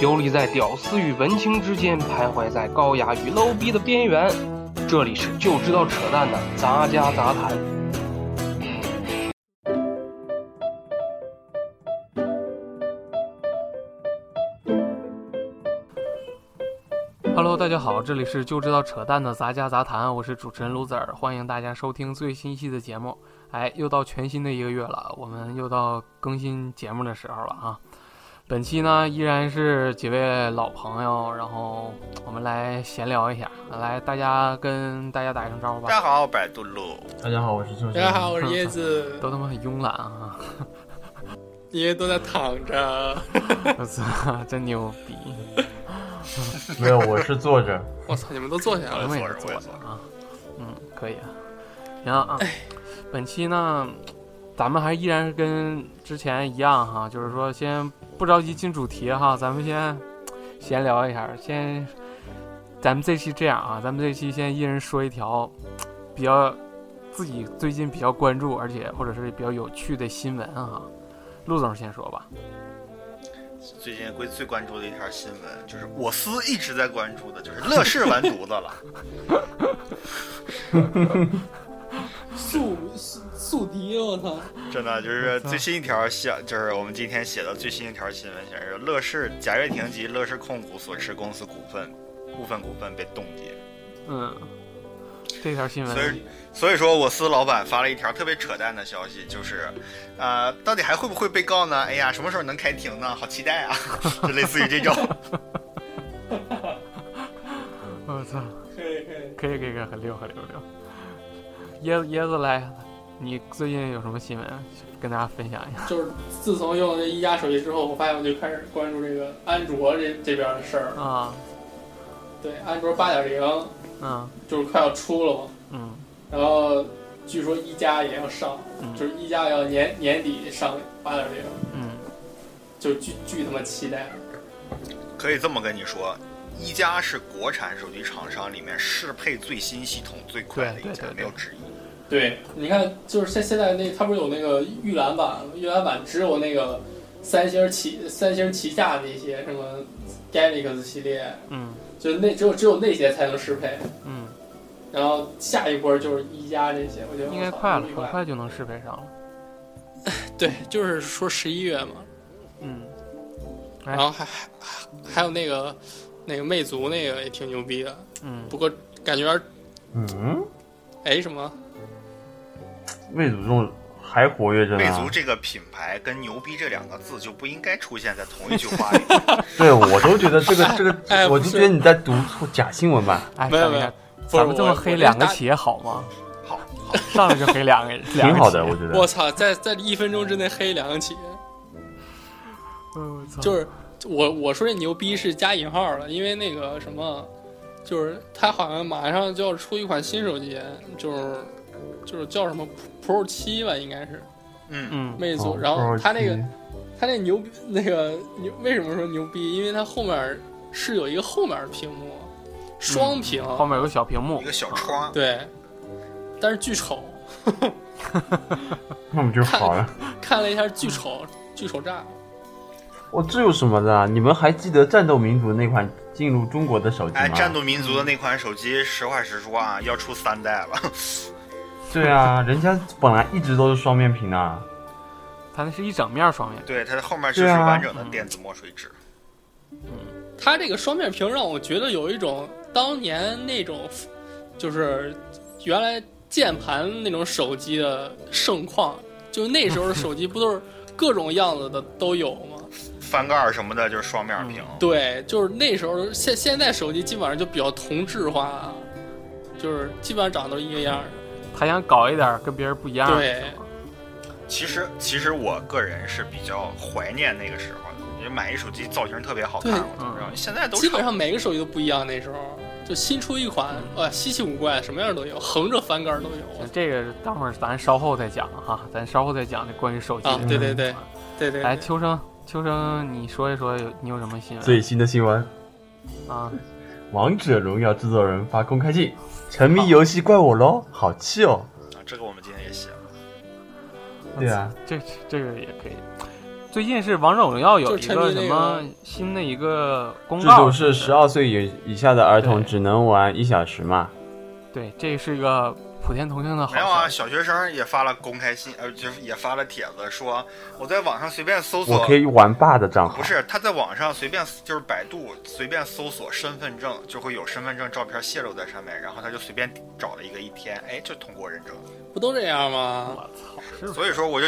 游离在屌丝与文青之间，徘徊在高雅与 low 逼的边缘。这里是就知道扯淡的杂家杂谈。Hello，大家好，这里是就知道扯淡的杂家杂谈，我是主持人卢子儿，欢迎大家收听最新一期的节目。哎，又到全新的一个月了，我们又到更新节目的时候了啊！本期呢依然是几位老朋友，然后我们来闲聊一下，来大家跟大家打一声招呼大吧。家好，我百度路，大家好，我是秀秀。大家好，我是椰子，都他妈很慵懒啊！ 因为都在躺着。我操，真牛逼！没有，我是坐着。我操，你们都坐下我我了，们也也是坐着坐我也着坐着啊。嗯，可以啊。行啊，本期呢，咱们还依然是跟之前一样哈，就是说先不着急进主题哈，咱们先闲聊一下，先咱们这期这样啊，咱们这期先一人说一条比较自己最近比较关注，而且或者是比较有趣的新闻哈。陆总先说吧。最近最最关注的一条新闻就是我司一直在关注的，就是乐视完犊子了。宿宿宿敌，我操！真的就是最新一条新，就是我们今天写的最新一条新闻显示，乐视贾跃亭及乐视控股所持公司股份部分股份被冻结。嗯，这条新闻所以，所以说我司老板发了一条特别扯淡的消息，就是，呃，到底还会不会被告呢？哎呀，什么时候能开庭呢？好期待啊！ 就类似于这种。我操。可以可以，可以可以可以，很溜很溜很溜。椰子椰子来，你最近有什么新闻跟大家分享一下？就是自从用了这一加手机之后，我发现我就开始关注这个安卓这这边的事儿。啊，对，安卓八点零嗯就是快要出了嘛，嗯然后据说一加也要上，就嗯是一加要年年底上八点零，嗯，就巨巨他妈期待。可以这么跟你说，一加是国产手机厂商里面适配最新系统最快的一对家对对，对没有之一。对，你看，就是现现在那它不是有那个预览版，预览版只有那个三星旗三星旗下那些什么 Galaxy 系列，嗯就那只有只有那些才能适配。嗯，然后下一波就是一加这些，我觉得应该我操快了，意很外快就能适配上了。对，就是说十一月嘛，嗯，哎然后还还还有那个那个魅族那个也挺牛逼的，嗯不过感觉嗯，哎什么魏祖仲还活跃着呢。魅族这个品牌跟“牛逼”这两个字就不应该出现在同一句话里。对我都觉得这个 这个，哎我不就是觉得你在读假新闻吧，哎，没有等一下没有咱们这么我黑我两个大企业好吗？好，上来就黑 两个，挺好的，两我个企觉得。我操，在在一分钟之内黑两个企业。业嗯我操，就是我我说这牛逼是加引号的，因为那个什么，就是它好像马上就要出一款新手机，就是就是叫什么 Pro 七吧，应该是嗯，嗯魅族。哦然后它那个土耳它那牛逼那个牛为什么说牛逼？因为它后面是有一个后面的屏幕，双屏，后面有个小屏幕一个，小窗，对，但是巨丑，其那我们就好了。看了一下巨丑，巨丑炸。我这有什么的？啊你们还记得战斗民族那款进入中国的手机吗？哎，战斗民族的那款手机，实话实说啊，要出三代了。 对啊，人家本来一直都是双面屏啊。它那是一整面双面。对，它的后面就是对啊完整的电子墨水纸。它这个双面屏让我觉得有一种当年那种，就是原来键盘那种手机的盛况。就那时候的手机不都是各种样子的都有吗？翻盖儿什么的，就是双面屏。对，就是那时候现现在手机基本上就比较同质化啊，就是基本上长得都一个样儿。他想搞一点跟别人不一样的，对是吗其实，其实我个人是比较怀念那个时候的，因为买一手机造型特别好看，对我怎么知道嗯？现在都基本差上每个手机都不一样，那时候就新出一款，呃，稀奇古怪，什么样都有，横着翻盖儿都有啊那。这个待会儿咱稍后再讲哈，咱稍后再讲这关于手机啊的。对对对对对，来，对哎秋生，秋生，你说一说有你有什么新闻？最新的新闻：啊，王者荣耀制作人发公开信，沉迷游戏怪我喽，好气哦。啊，这个我们今天也写了。对啊，这这个也可以。最近是《王者荣耀》有就一沉迷个什那么个新的一个公制告度是十二岁以以下的儿童只能玩一小时嘛？对，这是一个普天同庆的好没有啊，消息。小学生也发了公开信，呃，就是也发了帖子说，我在网上随便搜我索可，以玩爸的账号不，是他在网上随便就是百度随便搜索身份证，就会有身份证照片泄露在上面，然后他就随便找了一个一天，哎，就通过认证。不都这样吗？我操，是不是所以说我就，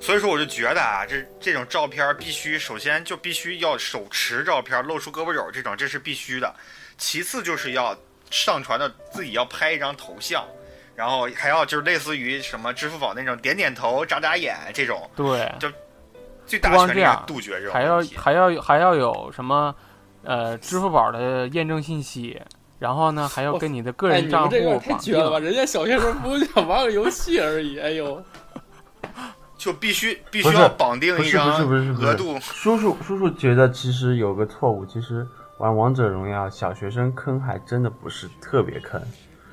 所以说我就觉得啊，这这种照片必须首先就必须要手持照片，露出胳膊肘这种，这是必须的。其次就是要上传的自己要拍一张头像，然后还要就是类似于什么支付宝那种点点头、眨眨眼这种，对，最大不光权这力样要杜绝这种还要问题。还要还要有什么呃支付宝的验证信息，然后呢还要我跟你的个哎，人你账们这户个太绑绝定。了吧！人家小学生不想玩个游戏而已，哎呦，就必须必不须是要绑定不一是不张是不是不是额度，叔叔叔叔觉得其实有个错误，其实玩王者荣耀小学生坑还真的不是特别坑，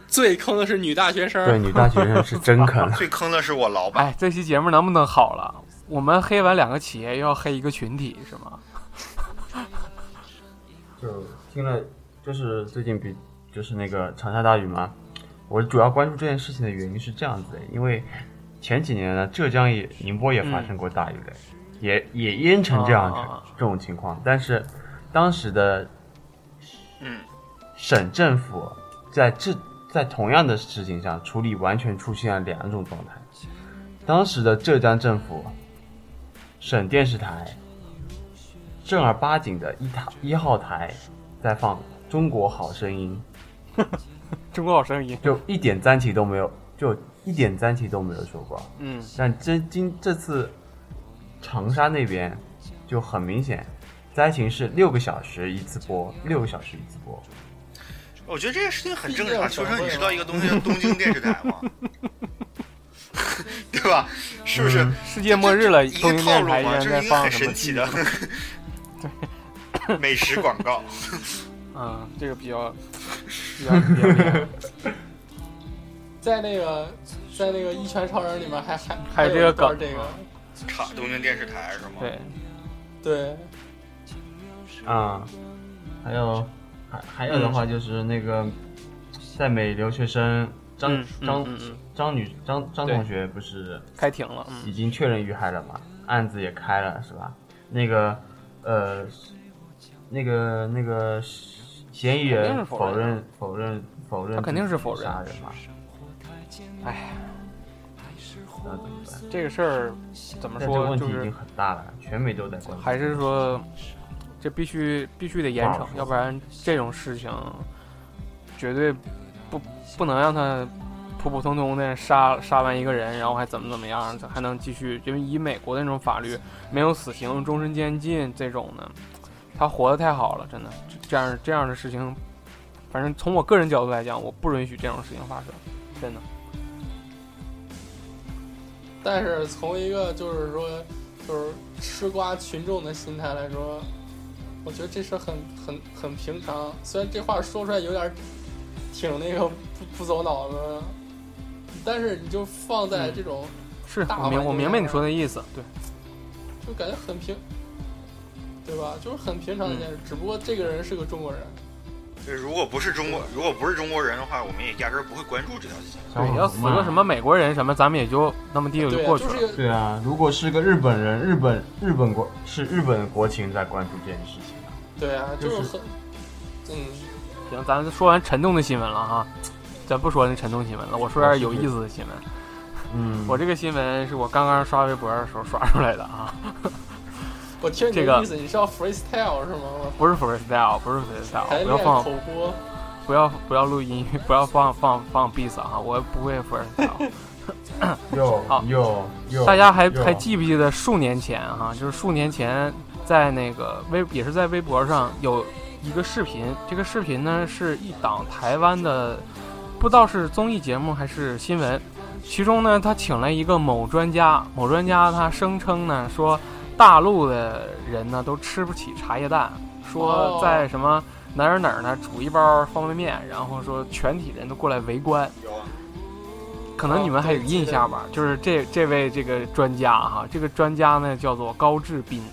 最坑的是女大学对生，女大学生是真 坑。最坑的是我老啊板。哎，这期节目能不能好了？我们黑完两个企业，又要黑一个群体，是吗？就听了，就是最近比就是那个长下大雨嘛，我主要关注这件事情的原因是这样子的，因为前几年呢，浙江也宁波也发生过大雨的，也也淹成这样、啊这种情况，但是当时的嗯，省政府在这在同样的事情上处理完全出现了两种状态，当时的浙江政府省电视台正儿八经的一台一号台在放《中国好声音中国好声音》，，就一点脏题都没有，就一点脏题都没有说过。嗯，但真今这次长沙那边就很明显，灾情是六个小时一次播，六个小时一次播。我觉得这件事情很正毕竟常。有秋省生，你会知嘛道一个东西叫 东京电视台 吗？对吧？是不是？世界嗯末日了，一中个央套电路台依嘛，然这在是一个放很什么神奇的 美食广告。嗯，这个比较 比较比较厉害在那个在那个一拳超人里面还还还有这个有一段梗这个查东京电视台是吗？对，对，啊，还有还还有的话就是那个在美留学生张、嗯嗯张、嗯嗯张女张张对同学不是开庭了，嗯已经确认遇害了嘛，案子也开了是吧？那个呃，那个那个嫌疑肯定人是否否认认否认否认他肯定是否认杀人嘛，哎，那怎么办？这个事儿怎么但这个说问题就已经是很大了，全美都在关注。还是说，这必须必须得严惩，要不然这种事情绝对不不能让他普普通通的杀杀完一个人，然后还怎么怎么样，还能继续。因为以美国的那种法律，没有死刑、终身监禁这种的，他活得太好了，真的这这样这样的事情，反正从我个人角度来讲，我不允许这种事情发生，真的。但是从一个就是说就是吃瓜群众的心态来说，我觉得这事儿很很很平常。虽然这话说出来有点儿挺那个不不走脑子的，但是你就放在嗯这种、是大我明环我境啊明下白你说的意思，对，就感觉很平，对吧？就是很平常的一件事，嗯只不过这个人是个中国人。对，如果不是中国，如果不是中国人的话，我们也压根儿不会关注这条新闻。小对，粉哎要红死嘛个什么美国人什么，咱们也就那么地就对啊，过去就了是一。个对啊，如果是个日本人，日本日本国是日本国情在关注这件事情啊。对啊，就就是是很，嗯，行，咱说完沉重的新闻了哈，咱不说那沉重新闻了，我说点有意思的新闻。嗯，我这个新闻是我刚刚刷微博的时候刷出来的啊，我听你这个的意思，你是要 freestyle 是吗？我不是 freestyle，不是 freestyle，排不练要放口，播，不要不要录音，不要放放放 beats 啊，我不会 freestyle。又好又又，大家还又还记不记得数年前哈、就是数年前在那个微也是在微博上有一个视频，这个视频呢是一档台湾的，不知道是综艺节目还是新闻，其中呢他请来一个某专家，某专家他声称呢说大陆的人呢都吃不起茶叶蛋，说哦在什么哪儿哪儿呢煮一包方便面，然后说全体人都过来围观。有啊，可能你哦们还有印象吧，就是这这位这个专家哈，这个专家呢叫做高志斌，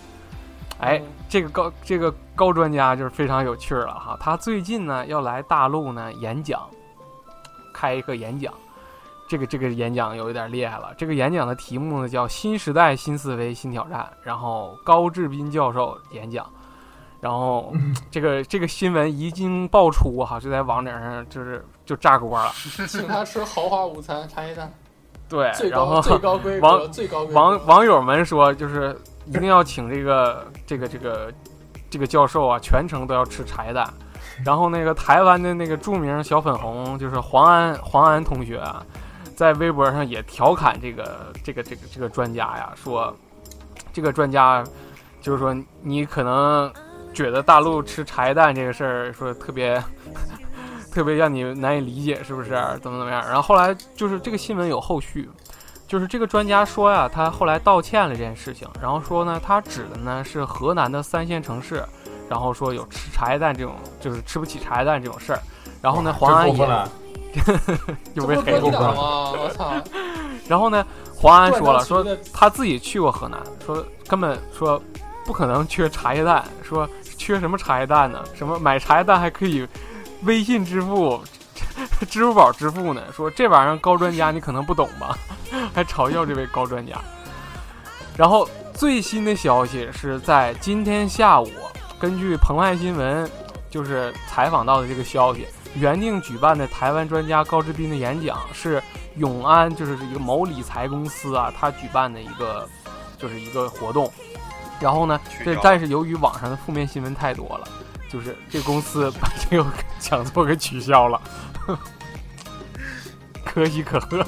哎嗯，这个高这个高专家就是非常有趣儿了哈，他最近呢要来大陆呢演讲，开一个演讲，这个这个演讲有一点厉害了，这个演讲的题目呢叫“新时代新思维新挑战”，然后高志斌教授演讲。然后，嗯这个这个新闻一经爆出哈，就在网顶上就是就炸锅了。嗯请他吃豪华午餐茶叶蛋，对，最哎然高后最高规格，王最高规格。网网友们说，就是一定要请这个 这个这个这个教授啊，全程都要吃茶叶蛋。然后那个台湾的那个著名小粉红，就是黄安黄安同学啊，在微博上也调侃这个这个这个这个专家呀，说这个专家就是说你可能觉得大陆吃茶叶蛋这个事儿说特别特别让你难以理解，是不是？啊怎么怎么样？然后后来就是这个新闻有后续，就是这个专家说呀，他后来道歉了这件事情，然后说呢，他指的呢是河南的三线城市，然后说有吃茶叶蛋这种，就是吃不起茶叶蛋这种事儿。然后呢，黄安真过分也了，就这被不是黑国民了。党吗？我操！然后呢，黄安说了，说断章取义的他自己去过河南，说根本说不可能缺茶叶蛋，说缺什么茶叶蛋呢？什么买茶叶蛋还可以微信支付、 支付宝支付呢？说这玩意儿高专家你可能不懂吧， 还嘲笑这位高专家。然后最新的消息是在今天下午，根据澎湃新闻就是采访到的这个消息，原定举办的台湾专家高志斌的演讲是永安就是一个某理财公司啊，他举办的一个就是一个活动。然后呢，取这消但是由于网上的负面新闻太多了，就是这公司把这个 讲座给取消了， 可喜可贺，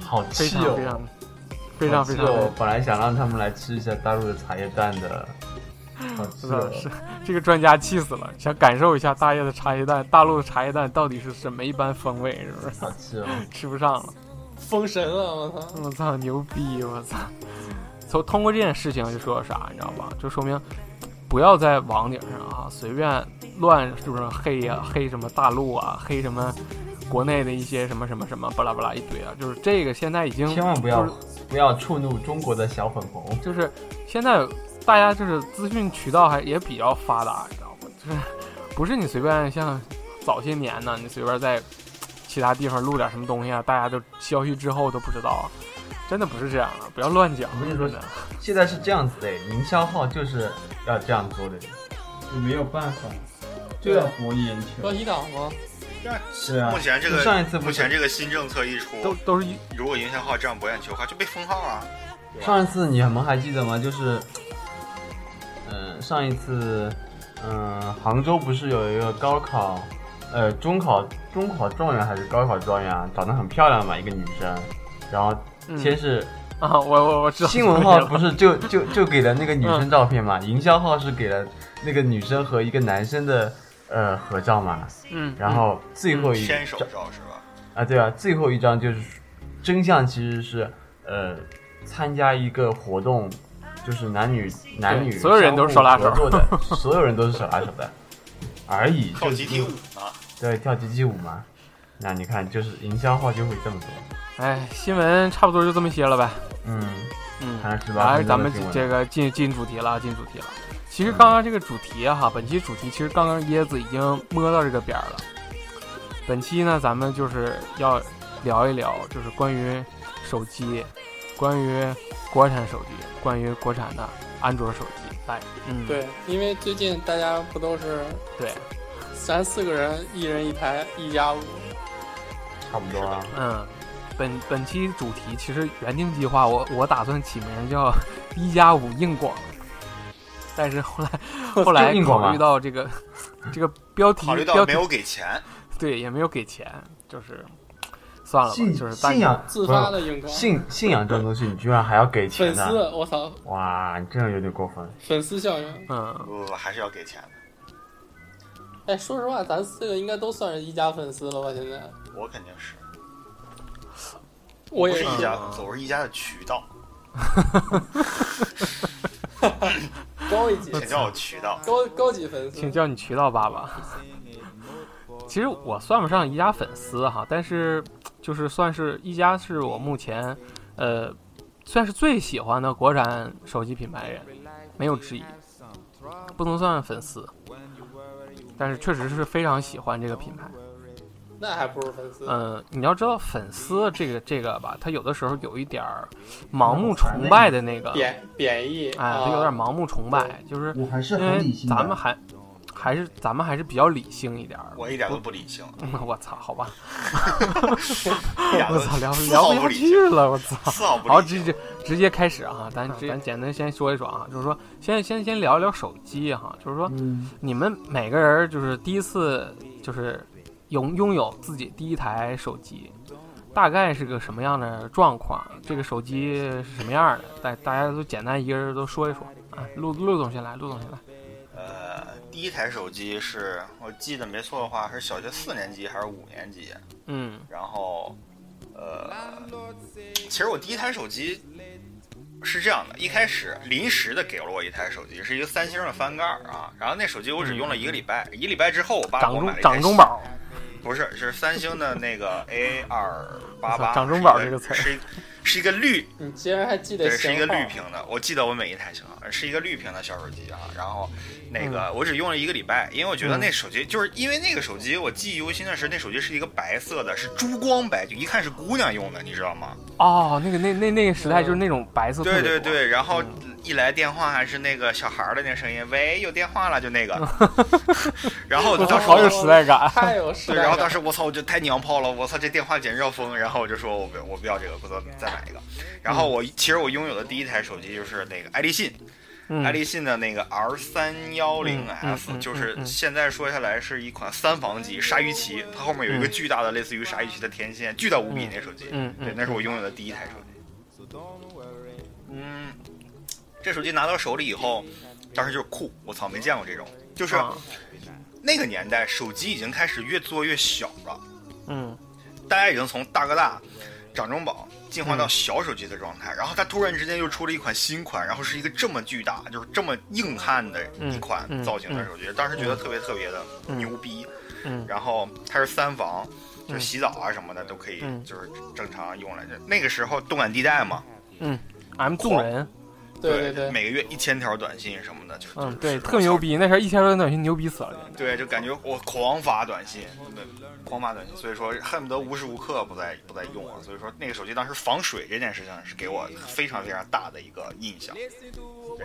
好非气常哦非！常非常非常好气哦本来想让他们来吃一下大陆的茶叶蛋 的，好气是哦的，是这个专家气死了，想感受一下大叶的茶叶蛋，大陆的茶叶蛋到底是什么一般风味，是不是好气哦！吃不上了？封神了，我操！我操，牛逼！我操，从通过这件事情就说啥，你知道吧？就说明不要在网顶上啊随便乱，就是黑呀、黑什么大陆啊，黑什么国内的一些什么什么什么巴拉巴拉一堆啊，就是这个现在已经千万不要就是不要触怒中国的小粉红，就是现在大家就是资讯渠道还也比较发达，你知道吗？就是不是你随便像早些年呢，你随便在其他地方录点什么东西啊，大家都消息之后都不知道啊，真的不是这样啊的，不要乱讲。我跟你说真的现在是这样子的，营销号就是要这样做的，啊就没有办法，就要博眼国球。民党吗？是啊目，前这就上一个次不目是前这个新政策一都出，都是一如果营销号这样博眼球的话，就被封号啊。上一次你们还记得吗？就是，嗯、上一次，嗯、杭州不是有一个高考，呃，中考中考状元还是高考状元啊？长得很漂亮嘛，一个女生，然后先嗯是、啊，我我我知道新闻号了不是就就就给了那个女生照片嘛，营销号是给了那个女生和一个男生的呃合照嘛，嗯，然后最后一张、嗯牵手照是吧？啊，对啊，最后一张就是真相，其实是呃，参加一个活动，就是男女男女所有人都是手拉手相互合作的，所有人都是手拉手的而已，靠就是集体舞啊呢？对跳集体舞嘛。那你看，就是营销号就会这么做，哎，新闻差不多就这么些了呗。嗯，嗯，还是吧，来，咱们这这个进进主题了，进主题了。其实刚刚这个主题啊哈，本期主题其实刚刚椰子已经摸到这个边儿了。本期呢，咱们就是要聊一聊，就是关于手机，关于国产手机，关于国产的安卓手机。来，嗯，对，因为最近大家不都是对，咱四个人一人一台一加五，差不多啊，嗯，本本期主题其实原定计划我我打算起名叫“一加五硬广”，但是 后来后来硬广考吗虑到这个这个标题考虑标到题没有给钱，对也没有给钱，就是算了吧信，就是大信仰自不是发的硬广。信信仰这种东西，你居然还要给粉钱呢？丝，我操，哇，你这样有点过分。粉丝效应。嗯，不不不，呃还是要给钱的。哎，说实话，咱四个应该都算是一加粉丝了吧？现在我肯定是，不我也是一是，家啊的，我是一家的渠道，高一级，请叫我渠道。嗯高高级粉丝请。叫你渠道爸爸。 其实我算不上宜家粉丝哈，但是就是算是宜家是我目前呃算是最喜欢的国产手机品牌人，没有之一，不能算粉丝，但是确实是非常喜欢这个品牌。那还不如粉丝。嗯，你要知道粉丝这个这个吧，他有的时候有一点儿盲目崇拜的那个，贬贬义，哎，他啊有点盲目崇呃拜，就是我还是因很为理性的。咱们还还是咱们还是比较理性一点儿。我一点都不理性， 我操，好吧，一点我都操，聊丝聊毫不不下理去性，了，我操。丝毫不好，理直性。嗯接直接开始啊，咱直咱简单先说一说啊，就是说先先先聊一聊手机哈、就是说嗯，你们每个人就是第一次就是拥拥有自己第一台手机，大概是个什么样的状况？这个手机是什么样的？大大家都简单一个人都说一说啊。陆陆总先来，陆总先来。呃，第一台手机是我记得没错的话是小学四年级还是五年级，嗯然后，呃，其实我第一台手机是这样的，一开始临时的给了我一台手机，是一个三星的翻盖儿啊，然后那手机我只用了一个礼拜，一礼拜之后我爸给掌我中买了一台掌中宝，不是，是三星的那个 A 二八我操八， 掌中宝是一这个词儿是一是一个绿，你竟然还记得对，是一个型号绿屏的，我记得我每一台型号是一个绿屏的小手机啊，然后那个嗯我只用了一个礼拜，因为我觉得那手机就是因为那个手机我记忆犹新的是那手机是一个白色的，是珠光白，就一看是姑娘用的，你知道吗？哦，那个那那那个时代就是那种白色特对别对多对，然后嗯一来电话还是那个小孩儿的那声音，喂，有电话了，就那个，然后我当操，时好有时代 感。太有时对，代感。然后当时我操，我就太娘炮了，我操，这电话简直要疯。然后我就说我不我不要这个，不操，再买一个。然后我其实我拥有的第一台手机就是那个爱立信，嗯爱立信的那个 R 三幺零嗯嗯 F，嗯就是嗯嗯现在说下来是一款三防机，鲨鱼鳍，它后面有一个巨大的类似于鲨鱼鳍的天线，巨大无比那手机。嗯对，嗯那是我拥有的第一台手机。嗯，这手机拿到手里以后，当时就是酷，我操，没见过这种，就是啊那个年代手机已经开始越做越小了。嗯大家已经从大哥大、掌中宝进化嗯到小手机的状态，然后它突然之间又出了一款新款，然后是一个这么巨大，就是这么硬汉的一款嗯嗯造型的手机，当时觉得特别特别的嗯牛逼。嗯然后它是三防，就嗯洗澡啊什么的都可以嗯，就是正常用来着。那个时候动感地带嘛， ，M 众人，对对对，每个月一千条短信什么的，就嗯就，对，是特牛逼。那时候一千多短信牛逼死了，真的对，就感觉我狂发短信，对狂发短信，所以说恨不得无时无刻不在不在用啊。所以说那个手机当时防水这件事情是给我非常非常大的一个印象。对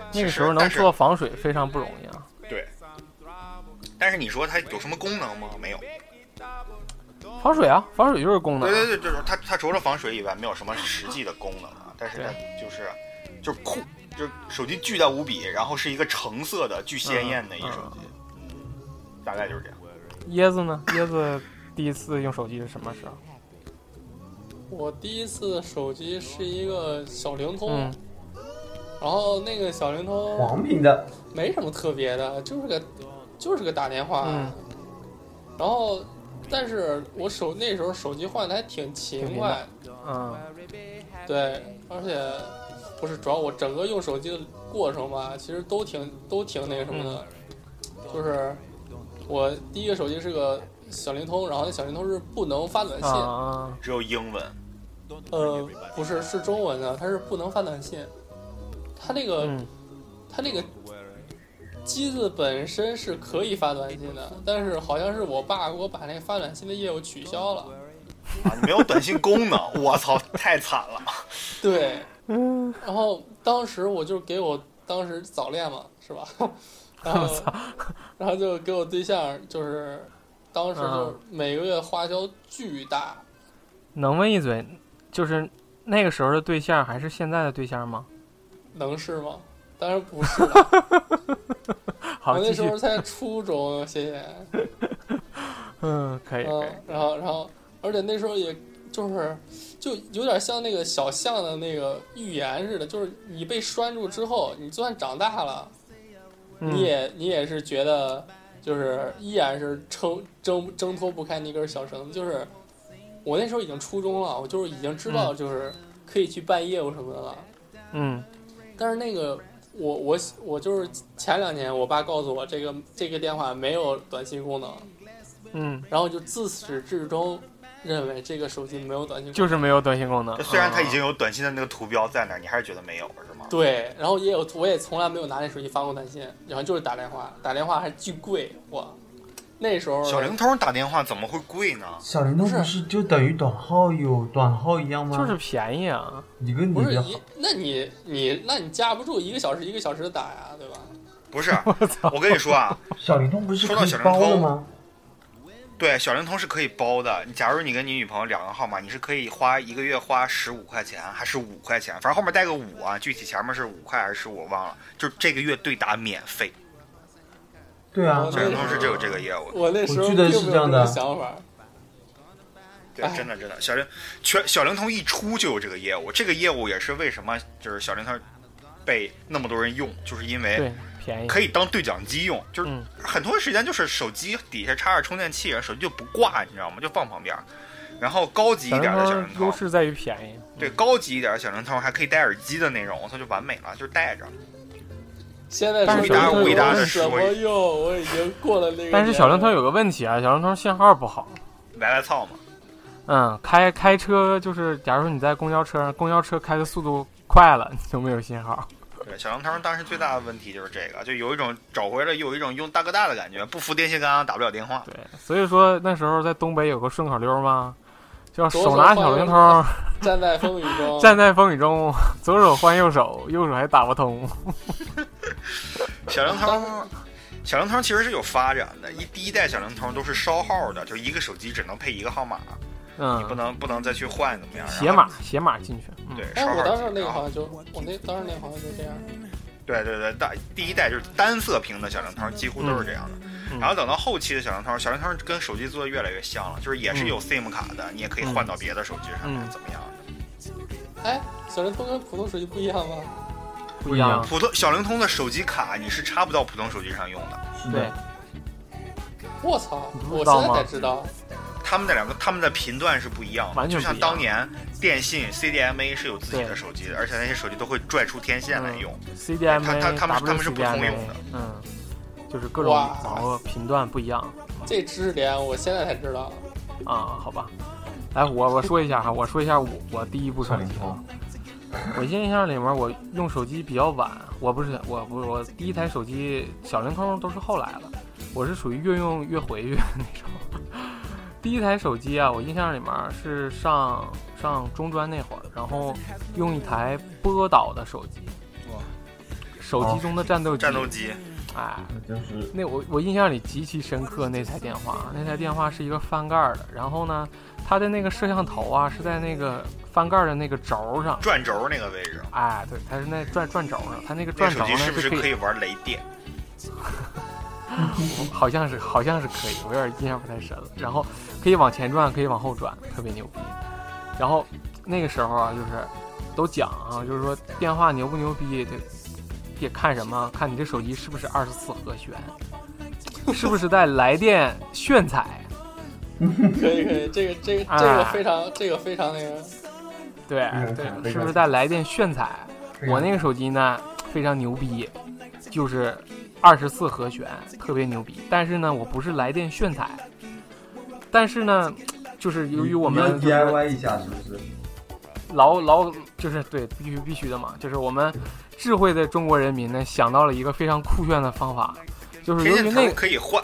那其个实时候能但是做防水非常不容易啊。对，但是你说它有什么功能吗？没有。防水啊，防水就是功能对啊。对对，就是它它除了防水以外没有什么实际的功能啊，但是它就是就是酷，就是手机巨大无比，然后是一个橙色的巨鲜艳的一个手机，嗯，大概就是这样。椰子呢？椰子第一次用手机是什么时候？我第一次手机是一个小灵通，哦嗯然后那个小灵通黄屏的，没什么特别的，就是个就是个打电话，啊嗯然后。但是我手那时候手机换的还挺勤快，啊嗯对，而且不是主要我整个用手机的过程吧，其实都挺都挺那个什么的，嗯就是我第一个手机是个小灵通，然后那小灵通是不能发短信，啊，只有英文，呃，不是是中文的，它是不能发短信，它那个、嗯它那个机子本身是可以发短信的，但是好像是我爸给我把那个发短信的业务取消了，啊，没有短信功能，我操，太惨了。对，嗯，然后当时我就给我当时早恋嘛，是吧？然 后，然后就给我对象，就是当时就嗯每个月花销巨大，能问一嘴，就是那个时候的对象还是现在的对象吗？能是吗？当然 不是了，我好，那继时续候。才初中，谢谢。嗯，可以呃可以。嗯，然后然后，而且那时候也就是，就有点像那个小象的那个预言似的，就是你被拴住之后，你就算长大了，嗯你也你也是觉得，就是依然是挣挣挣脱不开那根小绳子。就是我那时候已经初中了，我就是已经知道就是可以去办业务什么的了，嗯但是那个。我我我就是前两年，我爸告诉我这个这个电话没有短信功能，嗯，然后就自始至终认为这个手机没有短信功能，就是没有短信功能就。虽然它已经有短信的那个图标在那儿，你还是觉得没有是吗？对，然后也有我也从来没有拿那手机发过短信，然后就是打电话，打电话还巨贵，哇，那时候小灵通打电话怎么会贵呢？小灵通不是就等于短号有短号一样吗？哦就是便宜啊，你跟你不是的一，那你你那你架不住一个小时一个小时的打呀，对吧？不是，我跟你说啊，小灵通不是说到可以小灵包的通吗？对，小灵通是可以包的。你假如你跟你女朋友两个号码，你是可以花一个月花十五块钱，还是五块钱，反正后面带个五啊，具体前面是五块还是十五我忘了。就这个月对打免费，对啊我，小灵通是就有这个业务的。 我那时候我记得并是没这有样这的个想法，对，啊真的真的，小灵全小灵通一出就有这个业务，这个业务也是为什么就是小灵通被那么多人用，就是因为对，便宜。哎可以当对讲机用，就是嗯很多时间就是手机底下插着充电器，然后手机就不挂，你知道吗？就放旁边儿。然后高级一小点的小灵灵优通，势在于便宜。嗯对，高级一点的小灵通还可以戴耳机的那种，我操，就完美了，就是戴着。现在但是手小灵机通有有问题什么用？我已经过了那个。但是小灵通，有个问题啊，小灵通信号不好。歪歪操嘛，嗯，开开车就是，假如说你在公交车上，公交车开的速度快了，你就没有信号。对，小灵通当时最大的问题就是这个，就有一种找回了有一种用大哥大的感觉，不服电线杆啊打不了电话。对，所以说那时候在东北有个顺口溜嘛，叫左手手拿换小右灵手通， 站在风雨中，站在风雨中，左手换右手，右手还打不通。小灵通，小灵通其实是有发展的，一第一代小灵通都是烧号的，就是一个手机只能配一个号码，你不嗯，能不能再去换怎么样？然后写码写码进去。嗯对，烧哎，号我机。当时那个然后好像就，我那当时那个好像就这样。对对对，大第一代就是单色屏的小灵通，几乎都是这样的。嗯然后等到后期的小灵通，小灵通跟手机做的越来越像了，就是也是有 SIM 卡的，你也可以换到别的手机上面，嗯怎么样？哎，小灵通跟普通手机不一样吗？不一样。普通小灵通的手机卡你是插不到普通手机上用的，是对的，，我操你！不知我道现在吗才知道，他们的两个他们的频段是不一样的，完全就像不一样当年电信 CDMA 是有自己的对手机的，而且那些手机都会拽出天线嗯来用。他 CDMA 他他们是他们是不通 WCDMA 用的嗯，就是各种哇网络频段不一样这知识点我现在才知道。啊，好吧。来，我我说一下哈，我说一下我我第一部手小灵机。通，我印象里面，我用手机比较晚，我不是我不是我第一台手机小灵通都是后来了，我是属于越用越回越那种。 第一台手机啊，我印象里面是上上中专那会儿，然后用一台波导的手机，手机中的战斗机，战斗机，哎，就是那我我印象里极其深刻那台电话，那台电话是一个翻盖儿的，然后呢，它的那个摄像头啊是在那个翻盖儿的那个轴儿上，转轴那个位置，哎，对，它是那转转轴上，它那个那转轴手呢机是不是可可以玩雷电？好像是好像是可以，我有点印象不太深了。然后可以往前转，可以往后转，特别牛逼。然后那个时候啊，就是都讲啊，就是说电话牛不牛逼，得也看什么，看你这手机是不是二十四和弦，是不是在来电炫彩。 可以可以，这个这个啊这个非常这个非常那个，对嗯非对，常是不是在来电炫彩？我那个手机呢非常牛逼，就是二十四和弦，特别牛逼。但是呢，我不是来电炫彩，但是呢，就是由于我们你就要是 DIY 一下，是不是？劳劳就是对必须必须的嘛，就是我们智慧的中国人民呢想到了一个非常酷炫的方法，就是天由于线那头个可以换，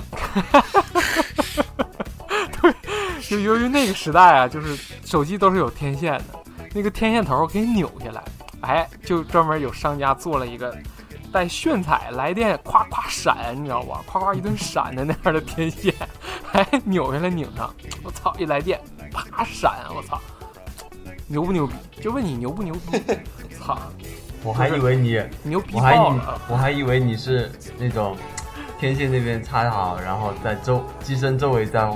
就由于那个时代啊，就是手机都是有天线的，那个天线头给扭下来，哎，就专门有商家做了一个带炫彩来电夸夸闪，你知道吧？夸夸一顿闪的那样的天线，哎，扭下来拧上，我操，一来电啪闪，我操，牛不牛逼？就问你牛不牛逼？操，我还以为你，牛逼我还以爆了！我还以为你是那种天线那边插好，然后在周机身周围再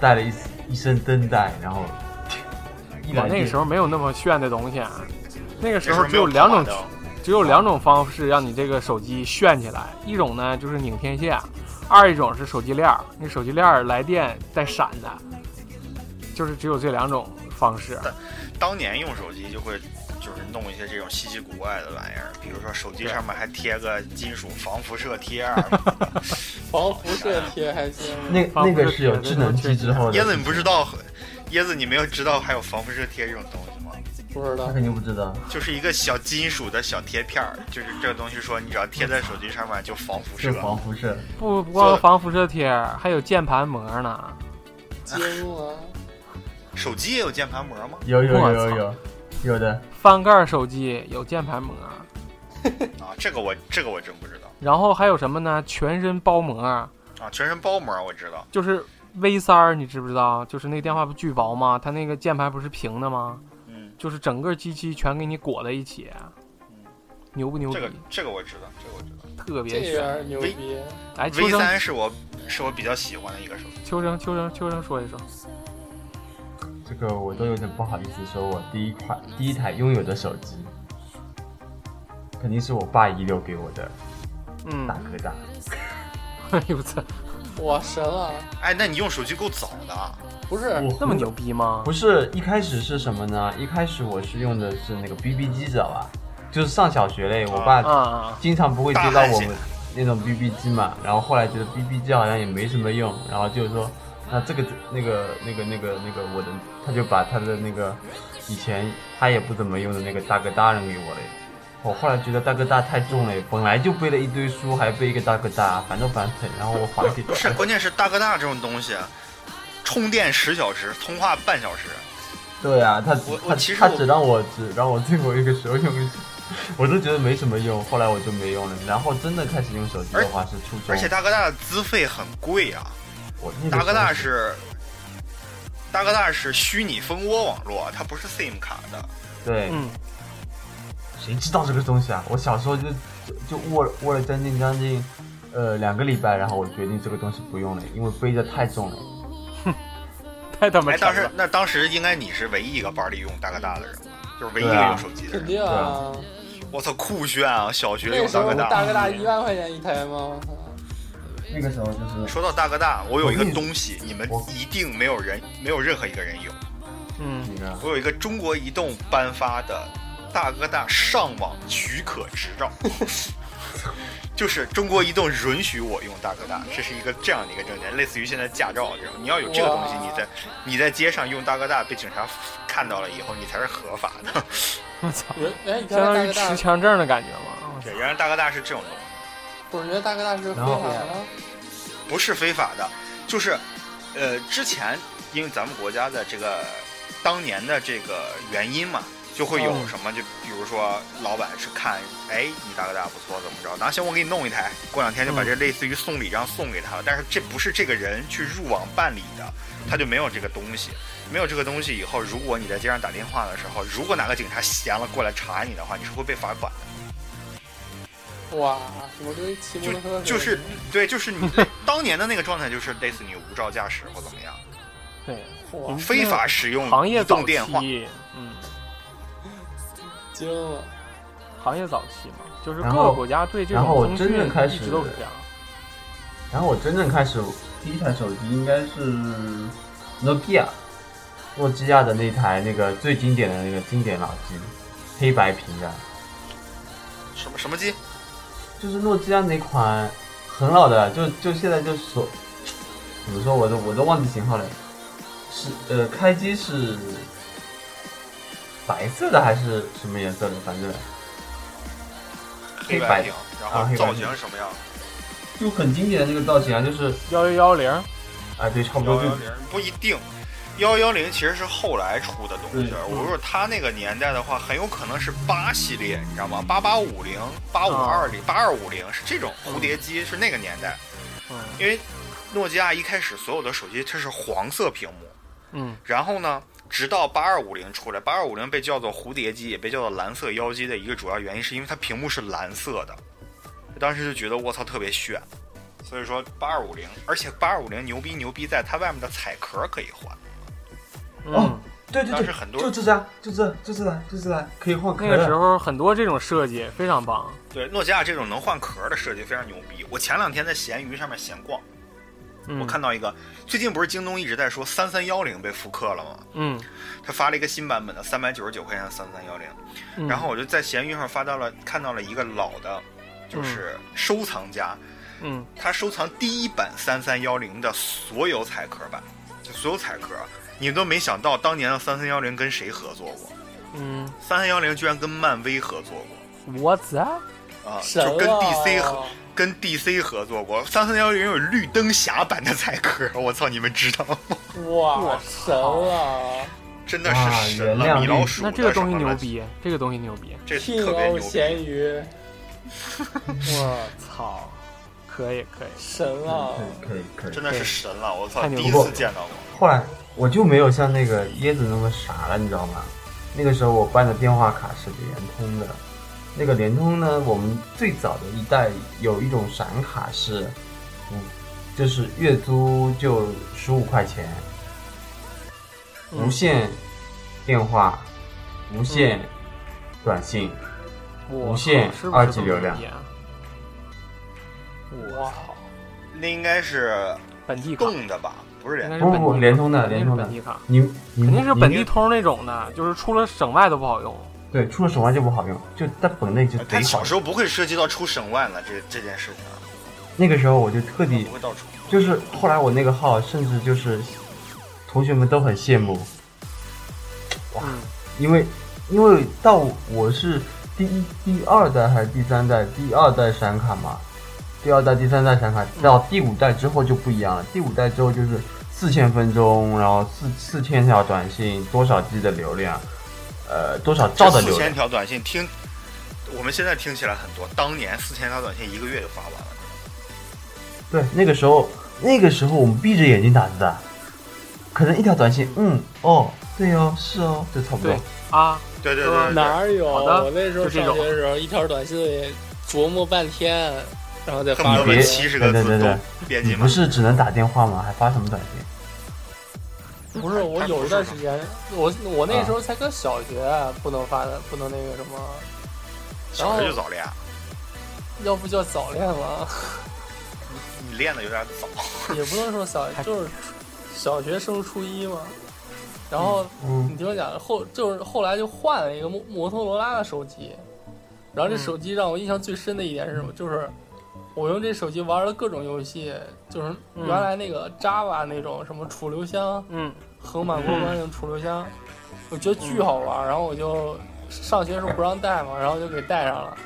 带了一一身灯带，然后一我来那个时候候没有那么炫的东西啊，那个时这时候候只没有有两种跑马灯只有两种方式让你这个手机炫起来，一种呢就是拧天线，二一种是手机链儿，那手机链儿来电带闪的，就是只有这两种方式。当年用手机就会就是弄一些这种稀 奇古怪的玩意儿，比如说手机上面还贴个金属防辐射贴啊，防辐射贴还行。那防那辐射个是有贴智能机之后的椰子，你不知道，椰子你没有知道还有防辐射贴这种东西吗？不知他道肯定不知道。就是一个小金属的小贴片儿，就是这个东西说你只要贴在手机上面就防辐射是。防辐射，不不光防辐射贴，还有键盘膜呢。惊了，手机也有键盘膜吗？有有有我有操有，有的。翻盖手机有键盘膜，啊，这个我这个我真不知道然后还有什么呢？全身包膜，啊，全身包膜我知道。就是 V 三儿，你知不知道？就是那个电话不巨薄吗？它那个键盘不是平的吗？嗯，就是整个机器全给你裹在一起，牛不牛逼这？个这个我知道，这个我知道。特别这有炫！哎点牛逼。哎来，秋 V 生，三是我是我比较喜欢的一个手机。秋生，秋生，秋生说一说。这个我都有点不好意思说，我第一款第一台拥有的手机，肯定是我爸遗留给我的 嗯大，哥大。哎呦我操，我神了，哎，那你用手机够早的啊。不是我那么牛逼吗 不？是一开始是什么呢？一开始我是用的是那个 BB 机，知道吧？就是上小学嘞，我啊爸啊，经常不会接到我大们那种 BB 机嘛，然后后来觉得 BB 机好像也没什么用，然后就说，那这个那个那个那个那个我的，他就把他的那个以前他也不怎么用的那个大哥大扔给我嘞。我后来觉得大哥大太重了，本来就背了一堆书，还背一个大哥大，烦都烦死了。然后我还给不是，关键是大哥大这种东西，充电十小时，通话半小时。对啊，他只我我他其实他我只让我只让我最后一个时候用一次，我都觉得没什么用，后来我就没用了。然后真的开始用手机的话是初中，而且大哥大的资费很贵啊，我那个大哥大时候是。大哥大是虚拟蜂窝网络，它不是 SIM 卡的。对，嗯，谁知道这个东西啊？我 小时候就就就握握了将近将近呃两个礼拜，然后我决定这个东西不用了，因为背着太重了。太他妈哎，扯当时了。那当时应该你是唯一一个班里用大哥大的人吧，就是唯一一对个啊用手机的肯人。定啊！我操，酷炫啊！小学那用时大候哥大哥大一万块钱一台吗？我操！那个时候就是说到大哥大，我有一个我跟你东西，你们我一定没有人，没有任何一个人有。嗯，你呢？我有一个中国移动颁发的大哥大上网许可执 照，就是中国移动允许我用大哥大，这是一个这样的一个证件，类似于现在驾照这种。你要有这个东西，哇你在你在街上用大哥大被警察看到了以后，你才是合法的。 我操，人哎，你看相当大于哥持大，枪证的感觉吗？对，原来大哥大是这种东西。不是人家大哥大是非法的，不是非法的，就是，呃，之前因为咱们国家的这个当年的这个原因嘛，就会有嗯什么，就比如说老板是看，哎，你大哥大不错，怎么着，那行我给你弄一台，过两天就把这类似于送礼这样送给他了，但是这不是这个人去入网办理的，他就没有这个东西，没有这个东西以后，如果你在街上打电话的时候，如果哪个警察闲了过来查你的话，你是会被罚款的。哇！我跟骑摩托车就就是对，就是你当年的那个状态，就是类似你无照驾驶或怎么样。对，哇非法使用嗯行业移早动期，电话，嗯，惊了，行业早期嘛，就是各然个后国家对这然后我种通真正开讯一始直都是这样。然后我真正开始第一台手机应该是 Nokia，诺基亚的那台那个最经典的那个经典老机，黑白屏的，什么什么机？就是诺基亚那款很老的，就就现在就所怎么说，我都我都忘记型号了。是呃，开机是白色的还是什么颜色的？反正黑白白屏，然啊后黑白造屏型是什么样？就很经典的那个造型啊，就是幺幺幺零，啊，对，差不多幺就幺零不一定，幺幺零其实是后来出的东西。嗯我说他那个年代的话，很有可能是八系列，你知道吗？八八五零、八五啊二零、八二五零是这种嗯蝴蝶机，是那个年代。嗯因为诺基亚一开始所有的手机它是黄色屏幕，嗯然后呢，直到八二五零出来，八二五零被叫做蝴蝶机，也被叫做蓝色妖姬的一个主要原因，是因为它屏幕是蓝色的。当时就觉得我操特别炫，所以说八二五零，而且八二五零牛逼牛逼在它外面的彩壳可以换，嗯，对对当时对，很就多这张，就这，就这张，就这张，可以换壳那个时了。候很多这种设计非常棒。对诺基亚这种能换壳的设计非常牛逼。我前两天在闲鱼上面闲逛，嗯，我看到一个，最近不是京东一直在说三三幺零被复刻了吗？嗯，它发了一个新版本的三百九十九块钱的三三幺零。嗯，然后我就在闲鱼上发到了看到了一个老的，就是收藏家，嗯他收藏第一版三三幺零的所有彩壳版，就所有彩壳，你都没想到当年的三三幺零跟谁合作过？嗯三三幺零居然跟漫威合作过，What's that？啊，神就跟了 DC 合跟 DC 合作过。三三幺零有绿灯侠版的彩壳，我操，你们知道吗？ 哇，神了！真的啊是神原谅了，米老绿鼠那的这个东西什么牛乱七，逼，哦这个东西牛逼，这聘特别欧牛逼。咸鱼，我操，可以可以，神了！嗯可以可以可真以。的是神了！我操，太牛第了一次见到过。后来我就没有像那个椰子那么傻了，你知道吗？那个时候我办的电话卡是联通的，那个联通呢，我们最早的一代有一种闪卡是，嗯，就是月租就十五块钱，无线电话，无线短信，我无线靠是不是二级这么流牛量逼啊我操！那应该是本地卡，动的吧？不是应联该通。是不不不，本地卡联通的肯定联是通的本，地卡，你嗯你肯定是你本地通那种的，就是出了省外都不好用。对，出了省外就不好用，就在本内呃就贼但好小时用。候不会涉及到出省外呢，这这件事情啊，那个时候我就特地不会到处。就是后来我那个号，甚至就是同学们都很羡慕，哇嗯，因为因为到我是第一、第二代还是第三代？第二代闪卡嘛，第二代、第三代闪卡到第五代之后就不一样了。第五代之后就是四千分钟，然后四四千条短信，多少 G 的流量，呃，多少兆的四流量千？条短信听，我们现在听起来很多，当年四千条短信一个月就发完了。对，那个时候，那个时候我们闭着眼睛打字的，可能一条短信，嗯，哦，对哦，是哦，就差不多对。啊，对对对对哪儿有？好的我那时候就这上种学的时候，一条短信也琢磨半天，然后再恨发不得出别把来。七十个对对字对都编你辑不满。是只能打电话吗？还发什么短信？不是，啊我有一段时间，我我那时候才刚小学，啊不能发的，不能那个什么，然小后时候就早恋，哦要不叫早恋了，你练的有点早。 也不能说小，就是小学升初一嘛。然后嗯你听我讲，后就是后来就换了一个摩摩托罗拉的手机，然后这手机让我印象最深的一点是什么？就是我用这手机玩了各种游戏，就是原来那个 Java 那种什么储留箱、嗯，横版过关那种储留箱，我觉得巨好玩。然后我就上学的时候不让带嘛，然后就给带上了。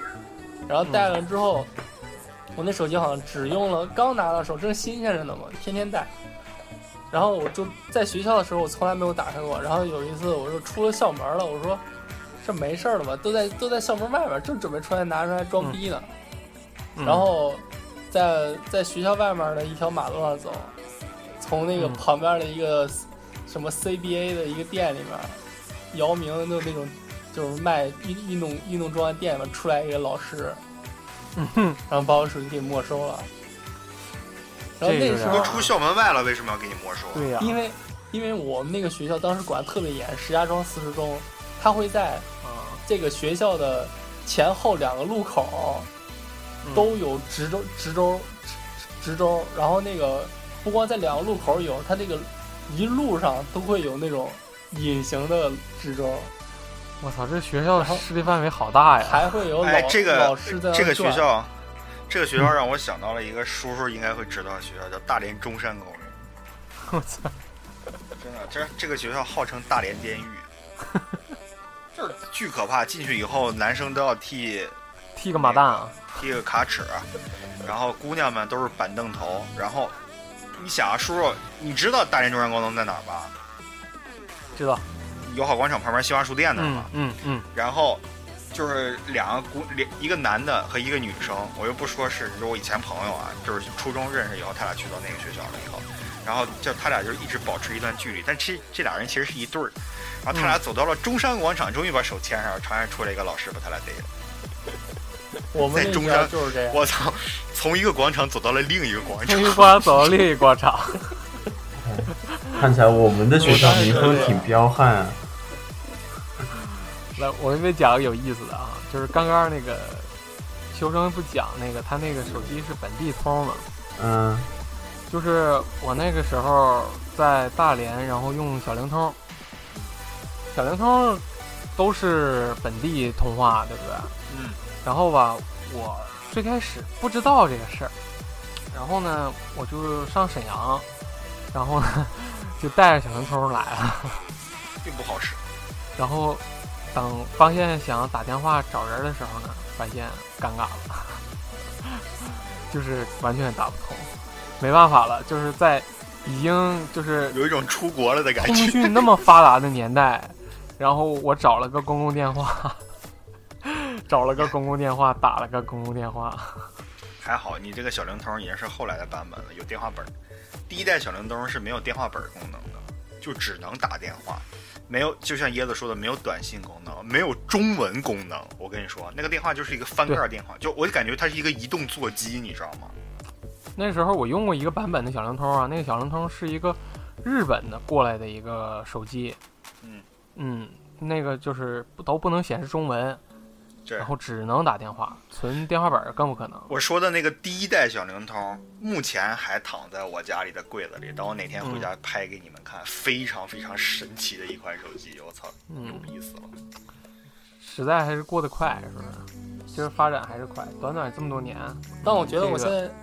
然后带了之后，我那手机好像只用了刚拿到手，正新鲜着呢嘛，天天带。然后我就在学校的时候，我从来没有打开过。然后有一次，我就出了校门了，我说这没事儿了吧？都在都在校门外边，正准备出来拿出来装逼呢。嗯然后在在学校外面的一条马路上走，从那个嗯旁边的一个什么 CBA 的一个店里面，姚明的那种就是卖运运动运动装的店里面出来一个老师，嗯哼，然后把我手机给没收了。然后这那个时呀都候，出校门外了，为什么要给你没收？ 啊对呀，因为因为我们那个学校当时管得特别严，石家庄四十中，他会在啊这个学校的前后两个路口嗯都有直轴、直轴、直直轴，然后那个不光在两个路口有，它这个一路上都会有那种隐形的直轴，我操，这学校势力范围好大呀！还会有老、哎，这个老师在那这个转学校，这个学校让我想到了一个叔叔应该会知道的学校，叫大连中山公园。 我操，真的，这这个学校号称大连 监狱，就是巨可怕。进去以后，男生都要剃剃个马蛋啊！剃个卡尺，然后姑娘们都是板凳头。然后你想啊，叔叔，你知道大连中山高中在哪儿吧？知道，友好广场旁边新华书店那儿嗯嘛。嗯嗯，然后就是两个姑，两一个男的和一个女生，我又不说是，就是我以前朋友啊，就是初中认识以后，他俩去到那个学校了以后，然后就他俩就一直保持一段距离，但这这俩人其实是一对儿，然后他俩走到了中山广场，终于把手牵上，长安出来一个老师把他俩逮了，我们那在中学校山就是这 样。我操，从一个广场走到了另一个广场终于， 过来走到另一广场，看起来我们的学校民风挺彪悍啊。 来，我给你讲个有意思的啊，就是刚刚那个修生不讲那个，他那个手机是本地通嘛，嗯就是我那个时候在大连，然后用小灵通，小灵通都是本地通话，对不对？嗯，然后吧，我最开始不知道这个事儿，然后呢，我就上沈阳，然后呢， 就带着小神通来了。并不好使。然后等发现想打电话找人的时候呢，发现尴尬了， 就是完全打不通，没办法了，就是在已经就是有一种出国了的感通觉。讯那么发达的年代，然后我找了个公共电话，找了个公共电话，打了个公共电话，还好你这个小灵通也是后来的版本了，有电话本儿。第一代小灵通是没有电话本儿功能的，就只能打电话，没有就像椰子说的，没有短信功能，没有中文功能。我跟你说，那个电话就是一个翻盖儿电话，就我就感觉它是一个移动座机，你知道吗？那时候我用过一个版本的小灵通啊，那个小灵通是一个日本的过来的一个手机，嗯嗯，那个就是不都不能显示中文，对然。后只能打电话，存电话本儿更不可能。嗯我说的那个第一代小灵通，目前还躺在我家里的柜子里，等我哪天回家拍给你们看，非常非常神奇的一款手机，我操，牛嗯，逼死了！时代还是过得快，是不是？就是发展还是快，短短这么多年，但我觉得我这现个在，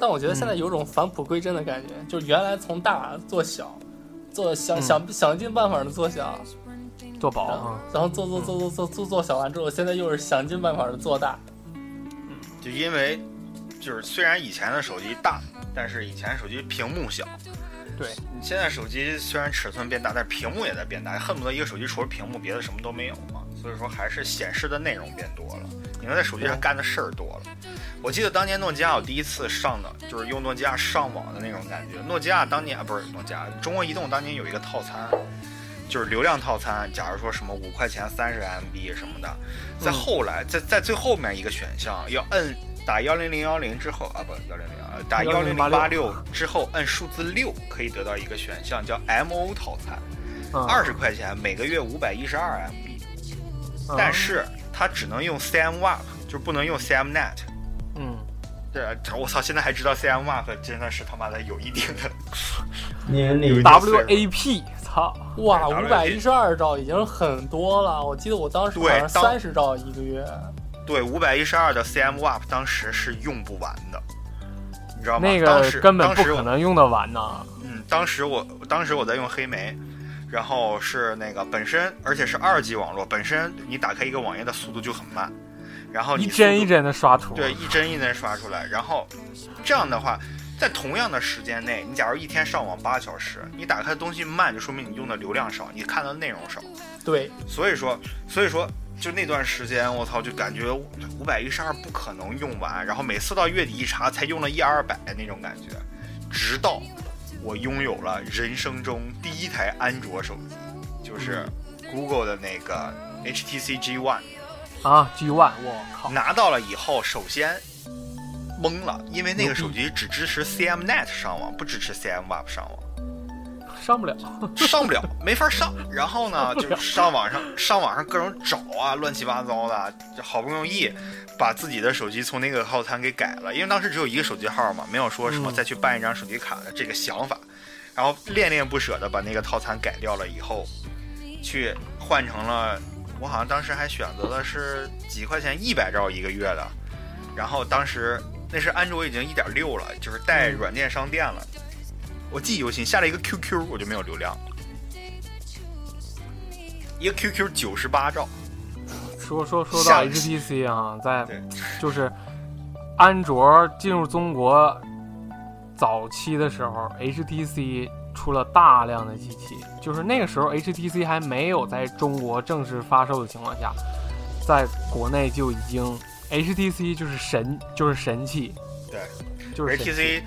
但我觉得现嗯在有种返璞归真的感觉，就是原来从大做小，做想嗯想想尽办法的做小，做薄然后哦嗯啊，然后做做做做做做做小完之后，现在又是想尽办法的做大。就因为就是虽然以前的手机大，但是以前手机屏幕小，对，你现在手机虽然尺寸变大，但是屏幕也在变大，恨不得一个手机除了屏幕别的什么都没有嘛。所以说还是显示的内容变多了，你能在手机上干的事儿多了。我记得当年诺基亚我第一次上的就是用诺基亚上网的那种感觉。诺基亚当年啊不是诺基亚，中国移动当年有一个套餐，就是流量套餐，假如说什么五块钱三十 MB 什么的，嗯在后来在在最后面一个选项要摁打幺零零幺零之后啊不幺零零幺打幺零零八六之后摁数字六可以得到一个选项叫 MO 套餐，嗯，二十块钱每个月五百一十二 MB，嗯但，是它只能用 CMWAP，就不能用 CMNet。嗯，对，这我操！现在还知道 CMWAP 真的是他妈的有一定 的年有一龄定岁数 WAP，操，哇，对五百一 WG 十二兆已经很多了，我记得我当时好对像当三十兆一个月。对五百一十二的 CMWAP 当时是用不完的，你知道吗？那当个时根本不当时可我能用得完呐。嗯，当时我当时我在用黑莓，然后是那个本身，而且是二 G 网络，本身你打开一个网页的速度就很慢，然哦后你一帧一帧帧的刷图，对一帧一帧刷出来，然后这样的话，在同样的时间内，你假如一天上网八小时，你打开的东西慢，就说明你用的流量少，你看到的内容少，对，所以说所以说。就那段时间，我操，就感觉五百一十二不可能用完，然后每次到月底一查，才用了一二百那种感觉，直到我拥有了人生中第一台安卓手机，就是 Google 的那个 HTC G One。啊，G One，我靠，拿到了以后，首先懵了，因为那个手机只支持 CMNet 上网，不支持 CMWeb 上网，嗯上不了，上不了，没法上。然后呢，就上网上上网上各种找啊，乱七八糟的，就好不容易把自己的手机从那个套餐给改了，因为当时只有一个手机号嘛，没有说什么嗯再去办一张手机卡的这个想法。然后恋恋不舍的把那个套餐改掉了以后，去换成了我好像当时还选择的是几块钱一百兆一个月的，然后当时那是安卓已经一点六了，就是带软件商店了。我记忆犹新，下了一个 QQ 我就没有流量，一个 QQ 九十八兆，说说说到像 HTC 啊，在对就是安卓进入中国早期的时候，HTC 出了大量的机器，就是那个时候 HTC 还没有在中国正式发售的情况下，在国内就已经 HTC 就是神就是神器，对，就是神器 HTC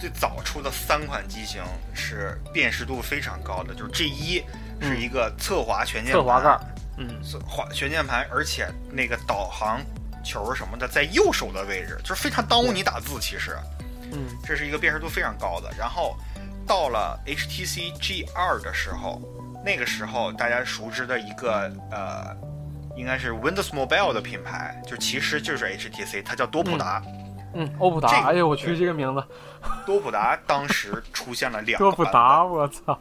最早出的三款机型是辨识度非常高的，就是 G 一是一个侧滑全键嗯侧滑盘盖儿，嗯，是滑旋键盘，而且那个导航球什么的在右手的位置，就是非常耽误你打字。其实嗯这是一个辨识度非常高的。然后到了 HTC G 2的时候，那个时候大家熟知的一个呃，应该是 Windows Mobile 的品牌，就其实就是 HTC，它叫多普达。嗯，欧普达，这个哎呦我去这个名字，多普达当时出现了两个多普版本达，我操，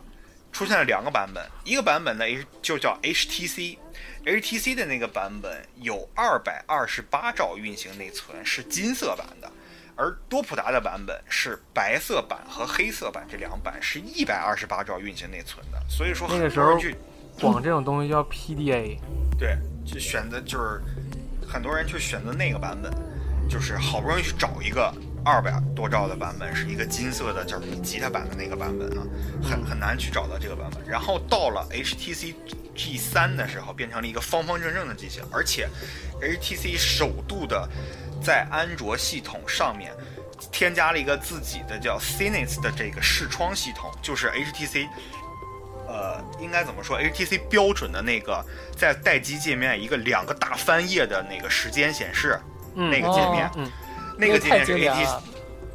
出现了两个版本，一个版本呢 H 就叫 HTC。HTC 的那个版本有二百二十八兆运行内存，是金色版的；而多普达的版本是白色版和黑色版这两版是一百二十八兆运行内存的，所以说那个很时多候人去广这种东西叫 PDA，对，就选择就是很多人去选择那个版本，就是好不容易去找一个二百多兆的版本，是一个金色的，就是吉他版的那个版本啊，很很难去找到这个版本。然后到了 HTC G 3的时候，变成了一个方方正正的机型，而且 HTC 首度的在安卓系统上面。添加了一个自己的叫 Cynis 的这个视窗系统，就是 HTC 呃，应该怎么说？HTC 标准的那个在待机界面一个两个大翻页的那个时间显示，嗯那个哦界面，嗯那个界太面是经典 HTC 了，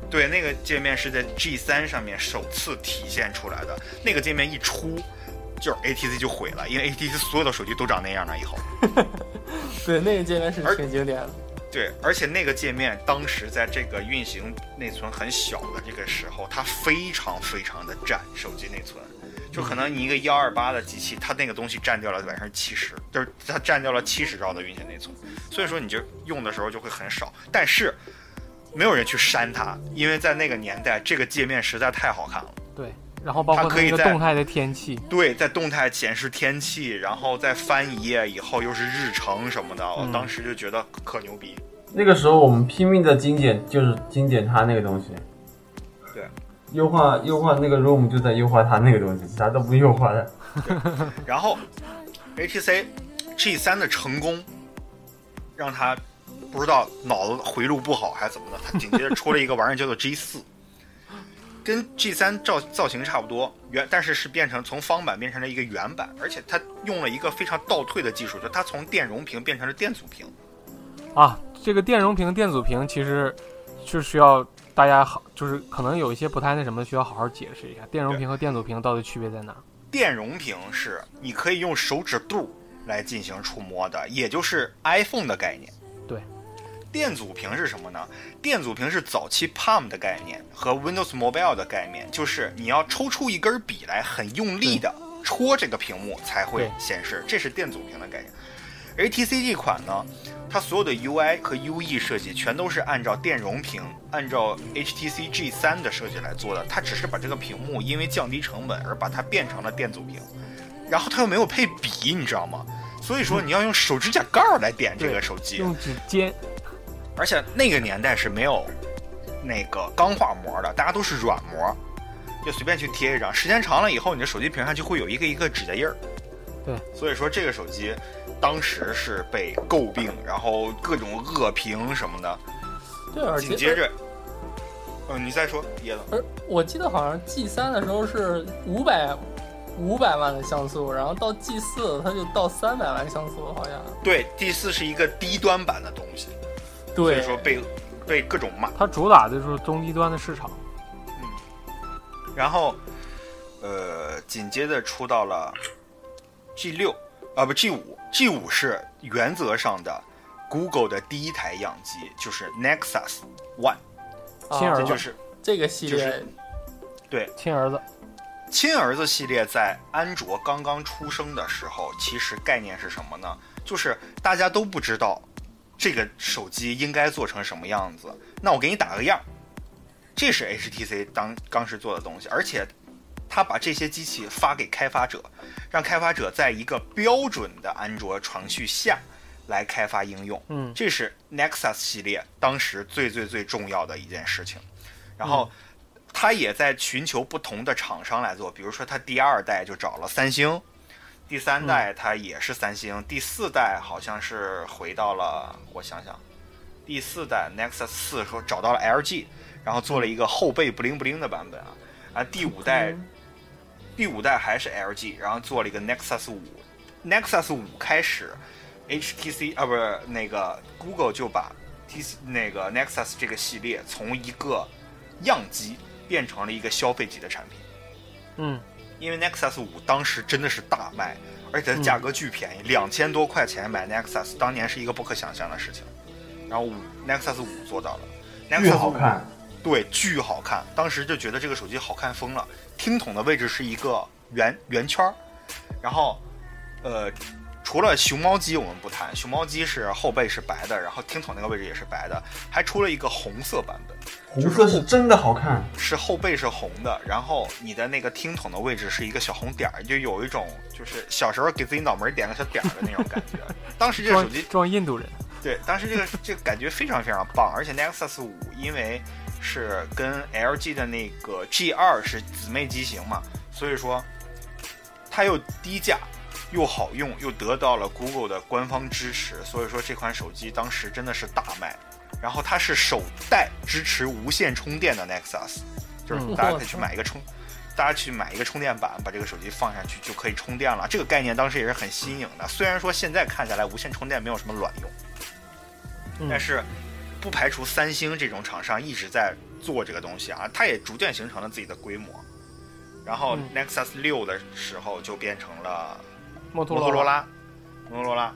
对，那个界面是在 G 3上面首次体现出来的。那个界面一出，就是 HTC 就毁了，因为 HTC 所有的手机都长那样了以后。对，那个界面是而挺经典的。对，而且那个界面当时在这个运行内存很小的这个时候，它非常非常的占手机内存，就可能你一个幺二八的机器，它那个东西占掉了百分之七十，就是它占掉了七十兆的运行内存，所以说你就用的时候就会很少，但是没有人去删它，因为在那个年代这个界面实在太好看了。对，然后包括它可以那个在动态的天气，对，在动态显示天气，然后再翻一页以后又是日程什么的，我嗯当时就觉得可牛逼。那个时候我们拼命的精简，就是精简它那个东西。对，优化优化那个 ROM 就在优化它那个东西，其他都不优化的。然后 HTC G 3的成功，让他不知道脑子回路不好还是怎么的，他紧接着出了一个玩意儿叫做 G 4跟 G 3造造型差不多，原但是是变成从方版变成了一个圆版，而且它用了一个非常倒退的技术，就它从电容屏变成了电阻屏。啊，这个电容屏、电阻屏其实是需要大家好，就是可能有一些不太那什么，需要好好解释一下电容屏和电阻屏到底区别在哪。电容屏是你可以用手指肚来进行触摸的，也就是 iPhone 的概念。对，电阻屏是什么呢？电阻屏是早期 Palm 的概念和 Windows Mobile 的概念，就是你要抽出一根笔来，很用力的戳这个屏幕才会对显示，这是电阻屏的概念。HTC 这款呢，它所有的 UI 和 UE 设计全都是按照电容屏、按照 HTC G 3的设计来做的，它只是把这个屏幕因为降低成本而把它变成了电阻屏，然后它又没有配笔，你知道吗？所以说你要用手指甲盖儿来点这个手机，嗯用指尖，而且那个年代是没有那个钢化膜的，大家都是软膜，就随便去贴一张。时间长了以后，你的手机屏上就会有一个一个指甲印儿。对，所以说这个手机当时是被诟病，然后各种恶评什么的。对，而紧且接着，嗯，你再说椰子，而我记得好像 G 三的时候是五百五百万的像素，然后到 G 四它就到三百万像素，好像。对，第四是一个低端版的东西，所以对，说被被各种骂。它主打的就是中低端的市场。然后，呃，紧接着出到了 G 六啊，不 G 五，G 五是原则上的 Google 的第一台样机，就是 Nexus One，亲儿啊子这就是这个系就列是，亲儿子，亲儿子系列在安卓刚刚出生的时候，其实概念是什么呢？就是大家都不知道这个手机应该做成什么样子。那我给你打个样儿，这是 HTC 当当时做的东西，而且他把这些机器发给开发者，让开发者在一个标准的安卓程序下来开发应用。嗯，这是 Nexus 系列当时最最最重要的一件事情。然后，它也在寻求不同的厂商来做，比如说它第二代就找了三星，第三代它也是三星，第四代好像是回到了我想想，第四代 Nexus 四说找到了 LG，然后做了一个后背不灵不灵的版本啊啊，第五代第五代还是 LG，然后做了一个 Nexus 五，Nexus 五开始，HTC 啊不是那个 Google 就把 T 那个 Nexus 这个系列从一个样机变成了一个消费级的产品，嗯，因为 Nexus 五当时真的是大卖，而且它嗯价格巨便宜，两千、多块钱买 Nexus 当年是一个不可想象的事情，然后五 Nexus 五做到了。巨 Nexus 好五看，对，巨好看，当时就觉得这个手机好看疯了。听筒的位置是一个圆圆圈儿，然后，呃，除了熊猫机我们不谈，熊猫机是后背是白的，然后听筒那个位置也是白的，还出了一个红色版本，红色是真的好看，是后背是红的，然后你的那个听筒的位置是一个小红点儿，就有一种就是小时候给自己脑门儿点个小点儿的那种感觉。当时这个手装机装印度人，对，当时这个这个感觉非常非常棒，而且 Nexus 五因为是跟 LG 的那个 G 二是姊妹机型嘛，所以说它又低价又好用，又得到了 Google 的官方支持，所以说这款手机当时真的是大卖。然后它是首代支持无线充电的 Nexus，就是嗯大家可以去买一个充，大家去买一个充电板，把这个手机放上去就可以充电了。这个概念当时也是很新颖的，虽然说现在看下来无线充电没有什么卵用。嗯但是不排除三星这种厂商一直在做这个东西啊，它也逐渐形成了自己的规模。然后嗯 Nexus 六的时候就变成了摩摩托托罗罗拉，拉，摩托罗拉，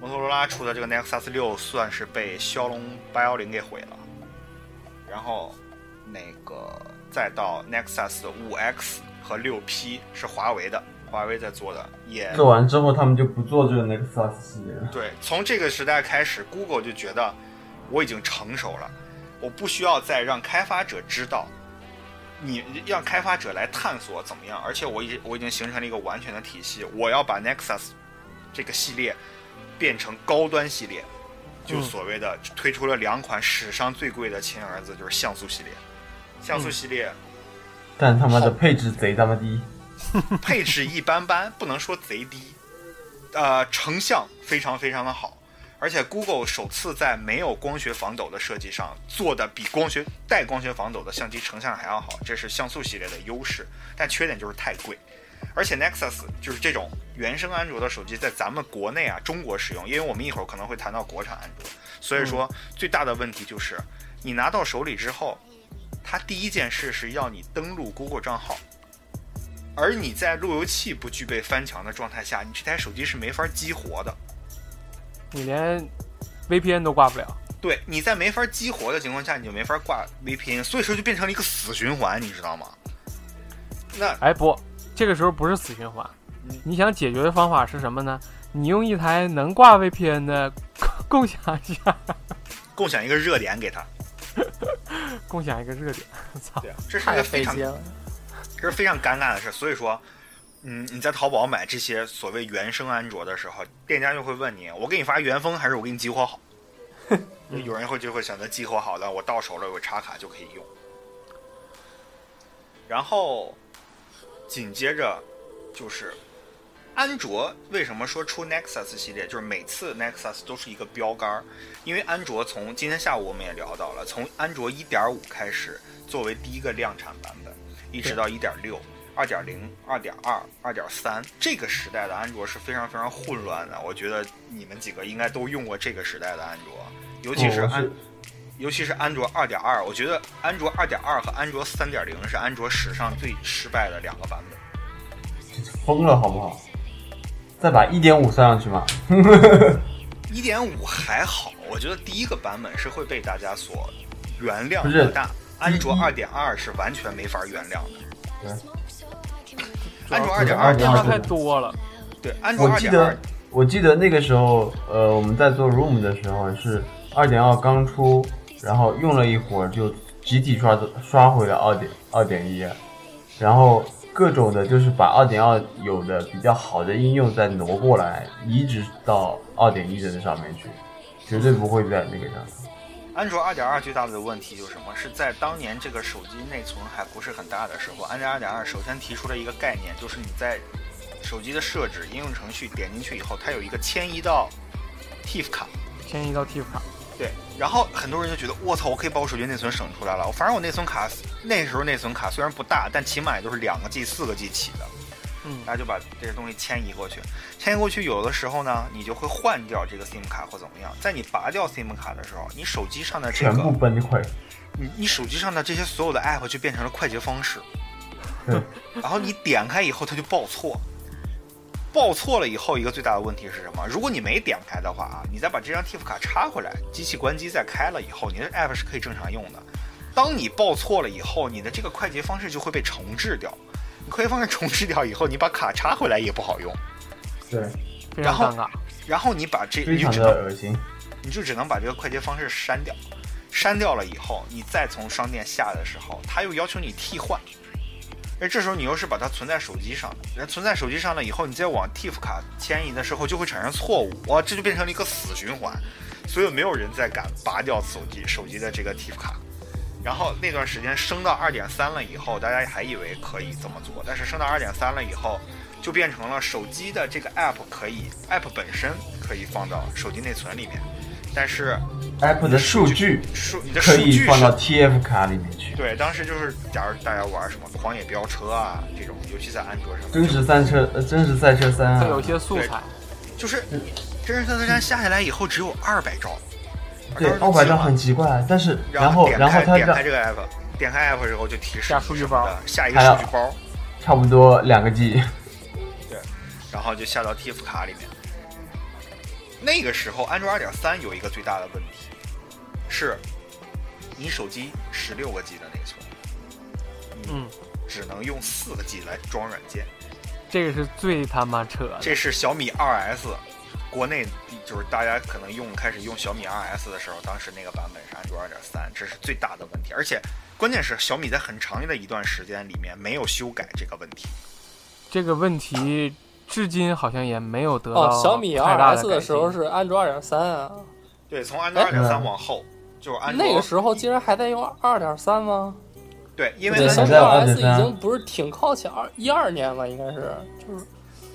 摩托罗拉出的这个 Nexus 六算是被骁龙八幺零给毁了。然后那个再到 Nexus 五 X 和六 P 是华为的，华为在做的，也做完之后他们就不做这个 Nexus 系列了。对，从这个时代开始，Google 就觉得我已经成熟了，我不需要再让开发者知道，你让开发者来探索怎么样，而且我已我已经形成了一个完全的体系，我要把 Nexus 这个系列变成高端系列，就嗯所谓的推出了两款史上最贵的亲儿子，就是像素系列，像素系列。但他妈的配置贼他妈低， 配置一般般，不能说贼低，呃，成像非常非常的好，而且 Google 首次在没有光学防抖的设计上做的比光学带光学防抖的相机成像还要好，这是像素系列的优势，但缺点就是太贵。而且 Nexus 就是这种原生安卓的手机，在咱们国内啊中国使用，因为我们一会儿可能会谈到国产安卓，所以说最大的问题就是你拿到手里之后，它第一件事是要你登录 Google 账号，而你在路由器不具备翻墙的状态下，你这台手机是没法激活的。你连 VPN 都挂不了。对，你在没法激活的情况下，你就没法挂 VPN，所以说就变成了一个死循环，你知道吗？那哎，不，这个时候不是死循环嗯。你想解决的方法是什么呢？你用一台能挂 VPN 的共享一下，共享一个热点给他，共享一个热点。操，对啊，这是一太个非费常劲了。这是非常尴尬的事。所以说，嗯，你在淘宝买这些所谓原生安卓的时候，店家就会问你：我给你发原封，还是我给你激 活好？有人会就会选择激活好的，我到手了，我插卡就可以用。然后紧接着就是安卓为什么说出 Nexus 系列，就是每次 Nexus 都是一个标杆儿，因为安卓从今天下午我们也聊到了，从安卓1.5开始作为第一个量产版本，一直到1.6。二点零、二点二、二点三，这个时代的安卓是非常非常混乱的。我觉得你们几个应该都用过这个时代的安卓，尤其是哦我安是尤其是安卓2.2，我觉得安卓2.2和安卓3.0是安卓史上最失败的两个版本。疯了好不好？再把一点五算上去嘛， 1.5还好，我觉得第一个版本是会被大家所原谅不是的，但安卓2.2是完全没法原谅的。嗯安卓2.2变2.2化太多了。对，安卓我2.2记得我记得那个时候，呃，我们在做 Room 的时候啊是二点二刚出，然后用了一会儿就集体刷刷回了二点二点一，然后各种的就是把二点二有的比较好的应用再挪过来移植到二点一的那上面去，绝对不会在那个上。安卓2.2最大的问题就是什么？是在当年这个手机内存还不是很大的时候，安卓2.2首先提出了一个概念，就是你在手机的设置应用程序点进去以后，它有一个迁移到 TIFF 卡。迁移到 TIFF 卡，对，然后很多人就觉得，我操，我可以把我手机内存省出来了。反正我内存卡那时候内存卡虽然不大，但起码也都是两个 G、四个 G 起的。嗯大家就把这些东西迁移过去。迁移过去，有的时候呢，你就会换掉这个 SIM 卡或怎么样。在你拔掉 SIM 卡的时候，你手机上的这全部个，崩溃，你你手机上的这些所有的 app 就变成了快捷方式对。然后你点开以后，它就报错。报错了以后，一个最大的问题是什么？如果你没点开的话啊，你再把这张 TIFF 卡插回来，机器关机再开了以后，你的 app 是可以正常用的。当你报错了以后，你的这个快捷方式就会被重置掉。你快捷方式重置掉以后，你把卡插回来也不好用。对，非常尴尬。然后你把这，非你就常只的能恶心。你就只能把这个快捷方式删掉。删掉了以后，你再从商店下的时候，他又要求你替换，而这时候你又是把它存在手机上的，而存在手机上了以后，你再往 TIFF 卡迁移的时候，就会产生错误，哇，这就变成了一个死循环，所以没有人再敢拔掉手机手机的这个 TIFF 卡。然后那段时间升到二点三了以后，大家还以为可以这么做，但是升到二点三了以后，就变成了手机的这个 app 可以 app 本身可以放到手机内存里面，但是 app 的数据数你的数可据以是放到 TF 卡里面去。对，当时就是，假如大家玩什么狂野飙车啊这种，尤其在安卓上面，真实赛车，呃真实赛车三再有啊一，些素材，就是真人三四三下下来以后只有二百兆，对，当奥时就百急了兆很奇怪，啊但是然然后点然后开他点让开这个 app，点开 app 之后就提示下你数据什么包的，下一个还有数据包，差不多两个 G，然后就下到 TF 卡里面。那个时候，安卓二点三有一个最大的问题是，你手机十六个 G 的内存，嗯，只能用四个 G 来装软件。这个是最他妈扯的。这是小米 2S，国内就是大家可能用开始用小米 2S 的时候，当时那个版本是安卓2.3，这是最大的问题。而且关键是小米在很长的一段时间里面没有修改这个问题。这个问题至今好像也没有得到哦，小米太大 2S 改的时候进是安卓2.3啊，对，从安卓哎2.3往后，就是安卓那个时候竟然还在用2.3吗？对，因为对，对小安米卓现在有2.3 2S 已经不是挺靠前二一二年了，应该是就是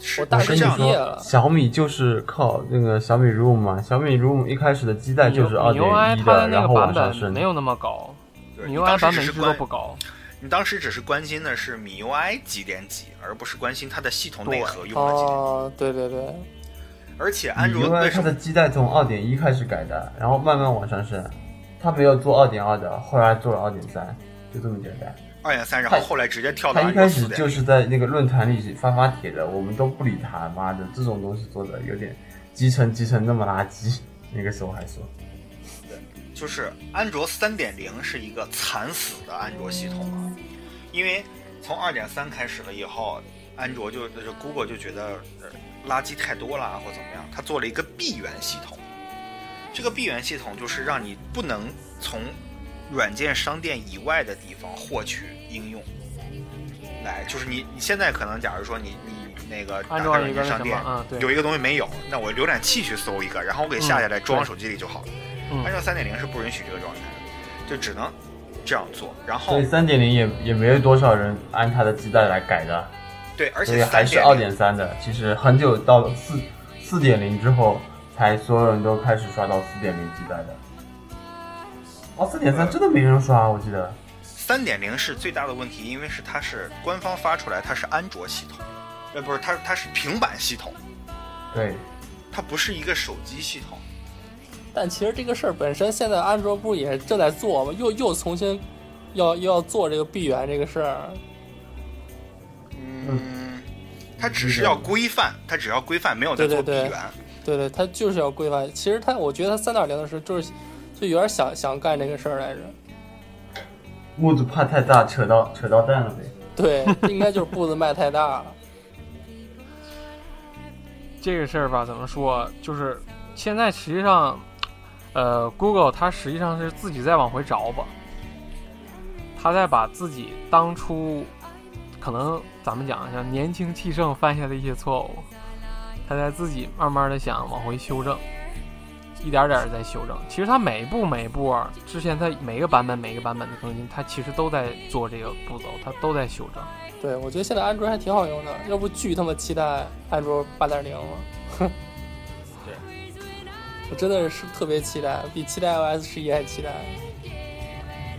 是我大是学这样毕业的，了。小米就是靠那个小米 Room 嘛，小米 Room 一开始的基带就是二 U I 点一它的的，那然个后版往上本升没。有那么高，对你你 U I 当版时本只一是直都关啊不高。你当时只是关心的是米 UI 几点几，而不是关心它的系统内对核用了几点。哦，对对对，而且安卓为 UI 什它么的基带从二点一开始改的，然后慢慢往上升，它没有做二点二的，后来做了二点三，就这么简单。 2.3，然后后来直接跳到他安一卓4.0开始就是在那个论坛里发发帖的，我们都不理他，妈的，这种东西做的有点集成集成那么垃圾。那个时候还说，哦就是安卓三点零是一个惨死的安卓系统啊，因为从二点三开始了以后，安卓就就是 Google 就觉得呃垃圾太多了啊或怎么样，它做了一个闭源系统。这个闭源系统就是让你不能从软件商店以外的地方获取应用，来就是你你现在可能假如说你你那个打安开装一软个件那商什么店，啊，对，有一个东西没有，那我浏览器去搜一个，然后我给下下来装手机里就好了。嗯安卓三点零是不允许这个状态的，就只能这样做。然所后以三点零也也没有多少人按它的基带来改的，对，而所且以还三是二零点三的。其实很久到了四四点零之后，才所有人都开始刷到四点零基带的。哦，四点三真的没人刷，我记得。三点零是最大的问题，因为是它是官方发出来，它是安卓系统，呃，不是它它是平板系统，对，它不是一个手机系统。但其实这个事儿本身，现在安卓不也正在做吗？又又重新要又要做这个闭源这个事儿，嗯，它只是要规范，它只要规范，没有在做嗯对闭对对源。对对，它就是要规范。其实它，我觉得它三点零的时候就是就有点想想干这个事儿来着。木子怕太大，扯到扯到蛋了呗。对，应该就是步子迈太大了。这个事儿吧，怎么说？啊就是现在实际上，呃，Google 它实际上是自己在往回找吧，它在把自己当初可能咱们讲像年轻气盛犯下的一些错误，它在自己慢慢的想往回修正。一点点的在修正，其实它每一步每一步啊，之前它每个版本每个版本的更新，它其实都在做这个步骤，它都在修正。对，我觉得现在安卓还挺好用的，要不巨他妈期待安卓八点零了。 我真的是特别期待，比期待 iOS 十一还期待。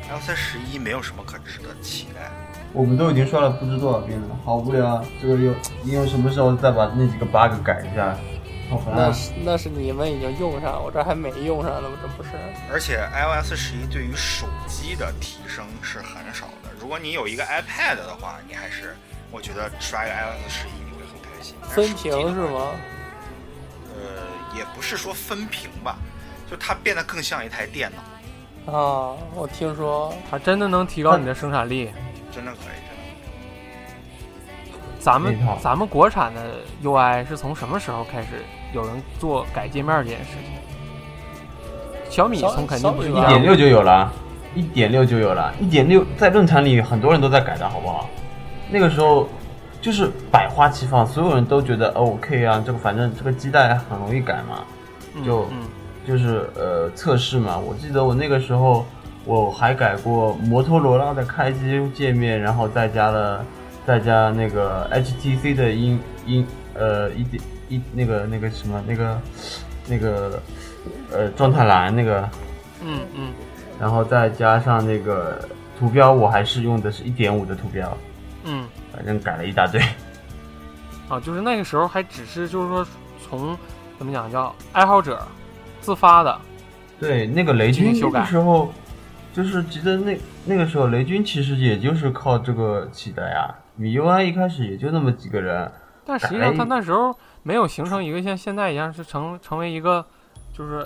然后它十一没有什么可值得期待。我们都已经刷了不知多少遍了，好无聊啊！这个又应用什么时候再把那几个 bug 改一下？好烦那啊！是那是你们已经用上，我这还没用上呢，我这不是？而且 iOS 十一对于手机的提升是很少的。如果你有一个 iPad 的话，你还是我觉得刷一个 iOS 十一你会很开心。但分手机的屏话是？吗？呃，也不是说分屏吧，就它变得更像一台电脑，啊，我听说它真的能提高你的生产力。真的可以。真的。咱们那套咱们国产的 UI 是从什么时候开始有人做改界面这件事情？小米小从肯定不是一小米一吧点样六就有了，一点六就有了，一点六在论坛里很多人都在改的好不好？那个时候就是百花齐放，所有人都觉得哦 OK 啊，这个反正这个基带很容易改嘛，嗯就嗯就是呃测试嘛。我记得我那个时候我还改过摩托罗拉的开机界面，然后再加了再加那个 HTC 的音音呃一点一那个那个什么那个那个呃状态栏那个。嗯嗯然后再加上那个图标，我还是用的是一点五的图标，嗯，反正改了一大堆。啊，就是那个时候还只是就是说从怎么讲叫爱好者自发的，对，那个雷军进行修那改个时候，就是记得那那个时候雷军其实也就是靠这个起的呀。米 UI 一开始也就那么几个人，但实际上改他那时候没有形成一个像现在一样是成成为一个就是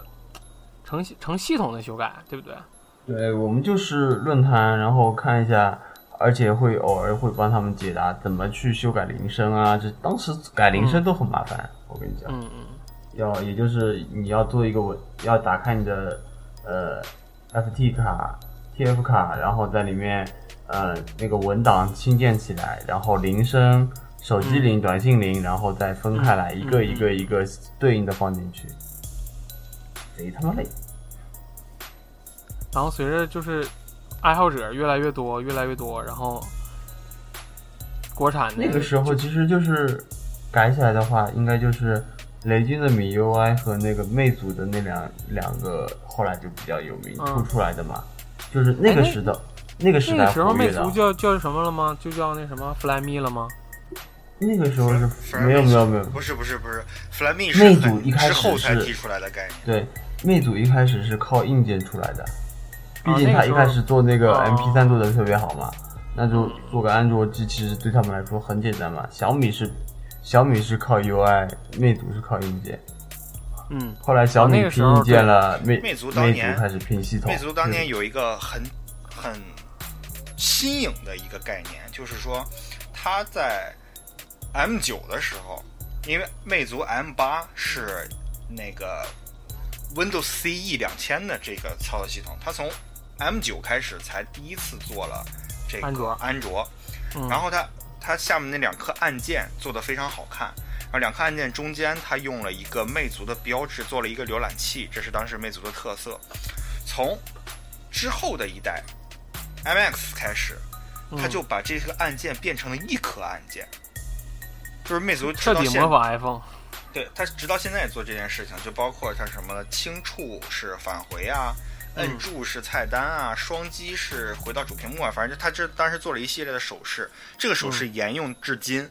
成系成系统的修改，对不对？对我们就是论坛，然后看一下，而且会偶尔会帮他们解答怎么去修改铃声啊。这当时改铃声都很麻烦，我跟你讲。嗯嗯。要也就是你要做一个文，要打开你的呃 FT 卡、TF 卡，然后在里面呃那个文档新建起来，然后铃声、手机铃、短信铃，然后再分开来，嗯一个一个一个对应的放进去，贼他妈累。然后随着就是爱好者越来越多，越来越多，然后国产的那个时候其实就是改起来的话，应该就是雷军的米 UI 和那个魅族的那两两个后来就比较有名嗯出出来的嘛，就是那个哎时代，那个时那代个时候活跃魅的啊族叫叫什么了吗？就叫那什么 Flyme 了吗？那个时候是反而没有没有没有，不是不是不是，Flyme 魅是族很一开之始后才是提出来的概念。对，魅族一开始是靠硬件出来的，毕竟哦那他个一时候开始做那个哦 MP 3做的特别好嘛，那就做个安卓机其实对他们来说很简单嘛。小米是小米是靠 UI，魅族是靠硬件。嗯，后来小哦那米个时拼候硬件了，魅魅族当魅年族开始拼系统，魅族当年有一个很很新颖的一个概念，就是说它在 M 九的时候，因为魅族 M 八是那个 Windows CE 两千的这个操作系统，它从 M 九开始才第一次做了这个安卓安卓嗯然后它它下面那两颗按键做的非常好看，然后两颗按键中间它用了一个魅族的标志做了一个浏览器，这是当时魅族的特色。从之后的一代 MX 开始，嗯它就把这个按键变成了一颗按键，就是魅族直彻到底现模仿 iPhone。对它直到现在也做这件事情，就包括像什么轻触是返回啊，嗯摁住是菜单啊，双击是回到主屏幕啊，反正就它这当时做了一系列的手势，这个手势沿用至今，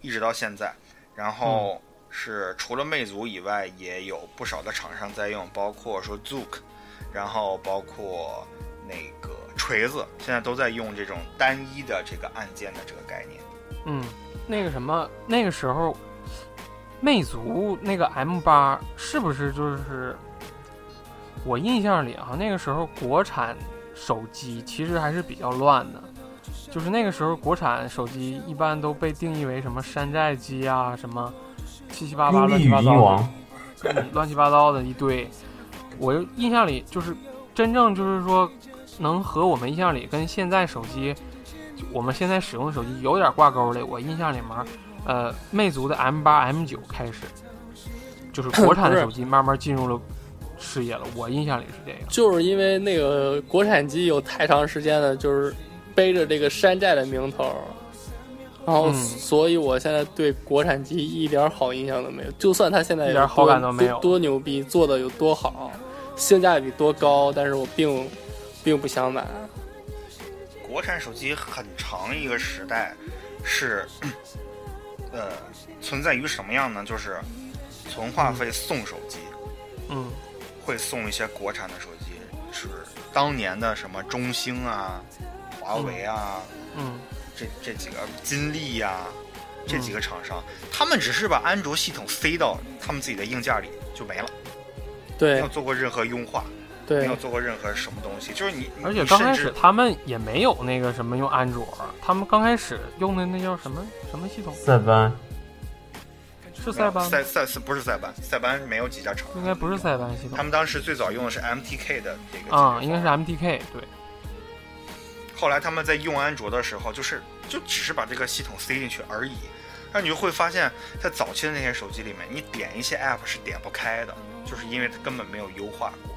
一直到现在。然后是除了魅族以外，也有不少的厂商在用，包括说 Zook，然后包括那个锤子，现在都在用这种单一的这个按键的这个概念。嗯，那个什么，那个时候魅族那个 M 八是不是就是我印象里啊，那个时候国产手机其实还是比较乱的，就是那个时候国产手机一般都被定义为什么山寨机啊，什么七七八八英乱帝七语八音糟的王，嗯 乱七八糟的一堆。我就印象里就是真正就是说能和我们印象里跟现在手机，我们现在使用的手机有点挂钩的，我印象里面，呃，魅族的 M 八、M 九开始，就是国产不的是手机慢慢进入了视野了。我印象里是这样。就是因为那个国产机有太长时间的，就是背着这个山寨的名头，然后嗯所以我现在对国产机一点好印象都没有。就算它现在有一点好多感都没有多多牛逼，做的有多好，性价比多高，但是我并并不想买。国产手机很长一个时代是， 呃，存在于什么样呢？就是存话费送手机，嗯会送一些国产的手机，是当年的什么中兴啊、华为啊，嗯这这几个金立呀、这几个厂商，他们只是把安卓系统塞到他们自己的硬件里就没了，没对有，做过任何优化。对没有做过任何什么东西，就是你，而且你刚甚开至始他们也没有那个什么用安卓，他们刚开始用的那叫什么什么系统？塞班，是没有塞班吗？塞塞斯不是塞班，塞班没有几家厂商应该不是塞班系统他们当时最早用的是 MTK 的这个解决啊、方应该是案 MTK 对。后来他们在用安卓的时候，就是就只是把这个系统塞进去而已。那你就会发现，在早期的那些手机里面，你点一些 App 是点不开的，就是因为它根本没有优化过。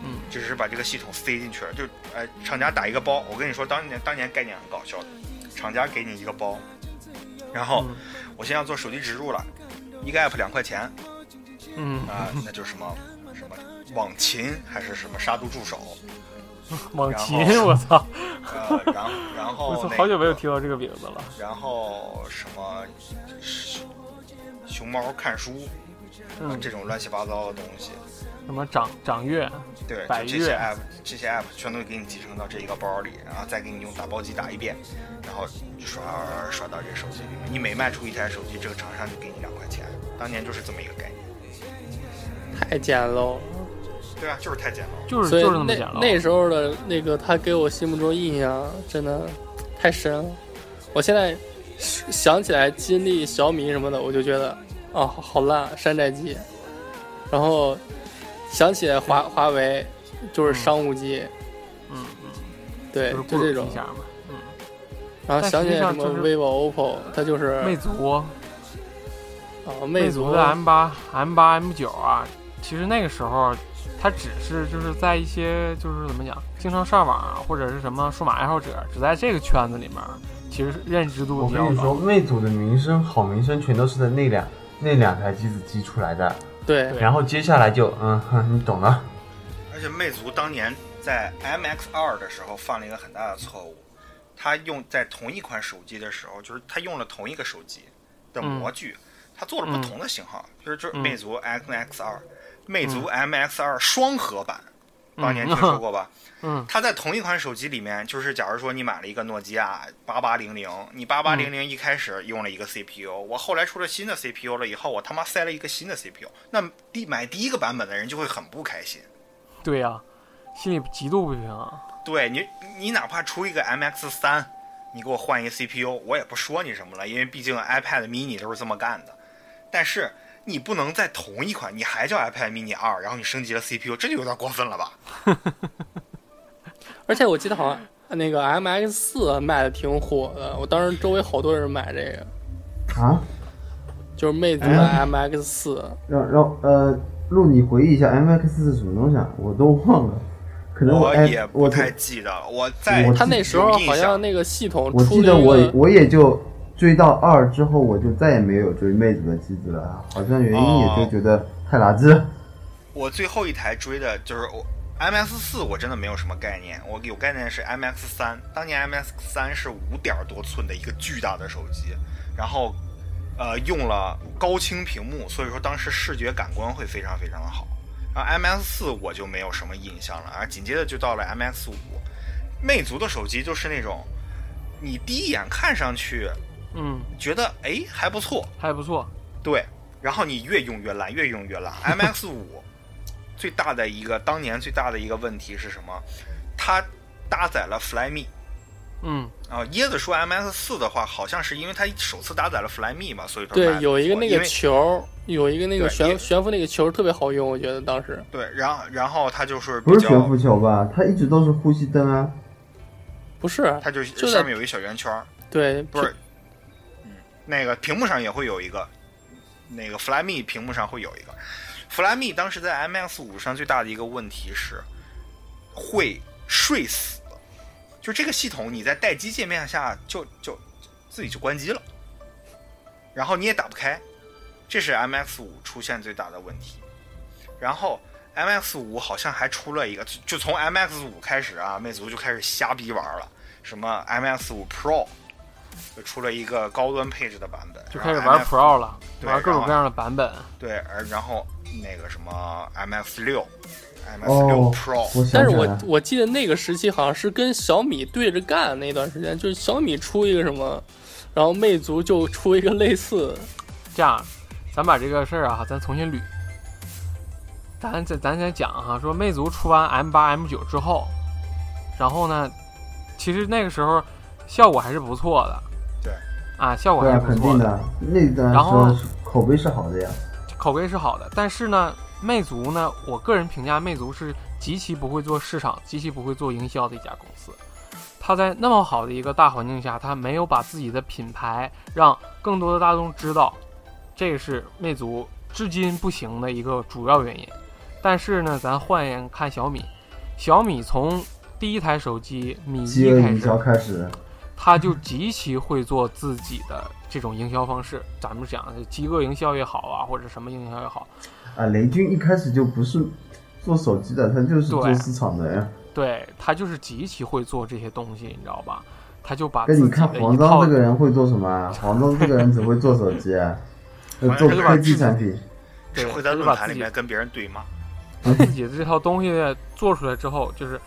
嗯，只是把这个系统塞进去了，就呃，厂家打一个包。我跟你说，当年当年概念很搞笑的，厂家给你一个包，然后嗯我现在要做手机植入了，一个 App 两块钱，嗯，啊、那就是什么什么网琴还是什么杀毒助手，网然琴，后我操！呃，然后然后我操，那好久没有个听到这个名字了。然后什么熊熊猫看书嗯，啊这种乱七八糟的东西，什么掌掌阅？对，百就这些越 app 这些 app 全都给你集成到这一个包里，然后再给你用打包机打一遍，然后刷刷到这手机里面。你每卖出一台手机，这个厂商就给你两块钱。当年就是这么一个概念，太简陋了。哦对啊，就是太简陋了。就是所以就是那么那简陋。那时候的那个他给我心目中印象真的太深了。我现在想起来金立、小米什么的，我就觉得啊好好烂啊，山寨机。然后想起来华华为就是商务机，嗯嗯，对，就是就不这容种一。下嘛。嗯，然后想起来什么但实际 vivo、oppo，它就是魅族，啊魅魅族族的 M 八、M 八、M 九啊，其实那个时候，它只是就是在一些就是怎么讲，经常上网啊，或者是什么数码爱好者，只在这个圈子里面，其实认知度我比较跟你说，高。魅族的名声好名声全都是在那两那两台机子激出来的，对对然后接下来就嗯哼，你懂了。而且魅族当年在 MX 二的时候犯了一个很大的错误，它用在同一款手机的时候，就是它用了同一个手机的模具，它做了不同的型号，就是就是嗯魅族 MX 二、魅族 MX 二双核版，当年嗯听说过吧？ 嗯，它在同一款手机里面，就是假如说你买了一个诺基亚八八零零，你八八嗯零零一开始用了一个 CPU，、我后来出了新的 CPU 了以后，我他妈塞了一个新的 CPU，那第买第一个版本的人就会很不开心。对呀、心里极度不平啊衡。对你，你哪怕出一个 MX 三，你给我换一个 CPU，我也不说你什么了，因为毕竟 iPad mini 都是这么干的。但是你不能在同一款，你还叫 iPad mini 二，然后你升级了 CPU，这就有点过分了吧？而且我记得好像那个 MX 四卖的挺火的，我当时周围好多人买这个，啊，就是魅族的哎 MX 四、让让呃，陆，你回忆一下 MX 是什么东西啊？我都忘了，可能我哎也不我太记得了，我在我他那时候有印好像象那个系统我出记了得一我个，我也就追到二之后，我就再也没有追妹子的机子了，好像原因哦也就觉得太垃圾。我最后一台追的就是我 MX 四，我真的没有什么概念。我有概念是 MX 三，当年 MX 三是五点多寸的一个巨大的手机，然后呃用了高清屏幕，所以说当时视觉感官会非常非常的好。然后 MX 四我就没有什么印象了，啊，紧接着就到了 MX 五，魅族的手机就是那种你第一眼看上去嗯，觉得哎还不错，还不错。对，然后你越用越烂，越用越烂。MX 五最大的一个当年最大的一个问题是什么？它搭载了 Flyme 嗯，啊、椰子说 MX 四的话，好像是因为它首次搭载了 Flyme 嘛，所以说卖对得，有一个不错那因个为球，有一个那个对因悬为悬浮那个球特别好用，我觉得当时对，然后然后它就是比不是较，悬浮球吧？它一直都是呼吸灯啊。不是它就就在上面有一小圆圈儿，对不是，嗯，那个屏幕上也会有一个，那个 Flyme 屏幕上会有一个。Flyme 当时在 MX 五上最大的一个问题是会睡死，就这个系统你在待机界面下就就就自己就关机了，然后你也打不开，这是 MX 五出现最大的问题。然后 MX 五好像还出了一个，就就从 MX 五开始啊，魅族就开始瞎逼玩了，什么 MX 五 Pro 就出了一个高端配置的版本，就开始然后玩 MX Pro 了，对玩各种各样的版本。对，而然后那个什么 MX 六、MX 六哦 Pro，、我想但是起来我了，我记得那个时期好像是跟小米对着干那段时间，就是小米出一个什么，然后魅族就出一个类似，这样，咱把这个事儿啊，咱重新捋。咱咱咱先讲哈，说魅族出完 M 八 M 九之后，然后呢，其实那个时候效果还是不错的，对，啊，效果对还啊是，不肯错定的，的，那段时然后候呢口碑是好的呀。口碑是好的。但是呢，魅族呢，我个人评价魅族是极其不会做市场、极其不会做营销的一家公司。它在那么好的一个大环境下，它没有把自己的品牌让更多的大众知道，这个是魅族至今不行的一个主要原因。但是呢，咱换眼看小米，小米从第一台手机米饥一饿开营始，销开始，他就极其会做自己的这种营销方式。咱们讲的饥饿营销也好啊，或者什么营销也好，啊，雷军一开始就不是做手机的，他就是做对市场的呀。对他就是极其会做这些东西，你知道吧？他就把那自己你看的一黄章套这个人会做什么啊？黄章这个人只会做手 机啊，呃做科技产品。对只会在他就论把坛自里己面跟别人对骂。把 自己的这套东西做出来之后，就是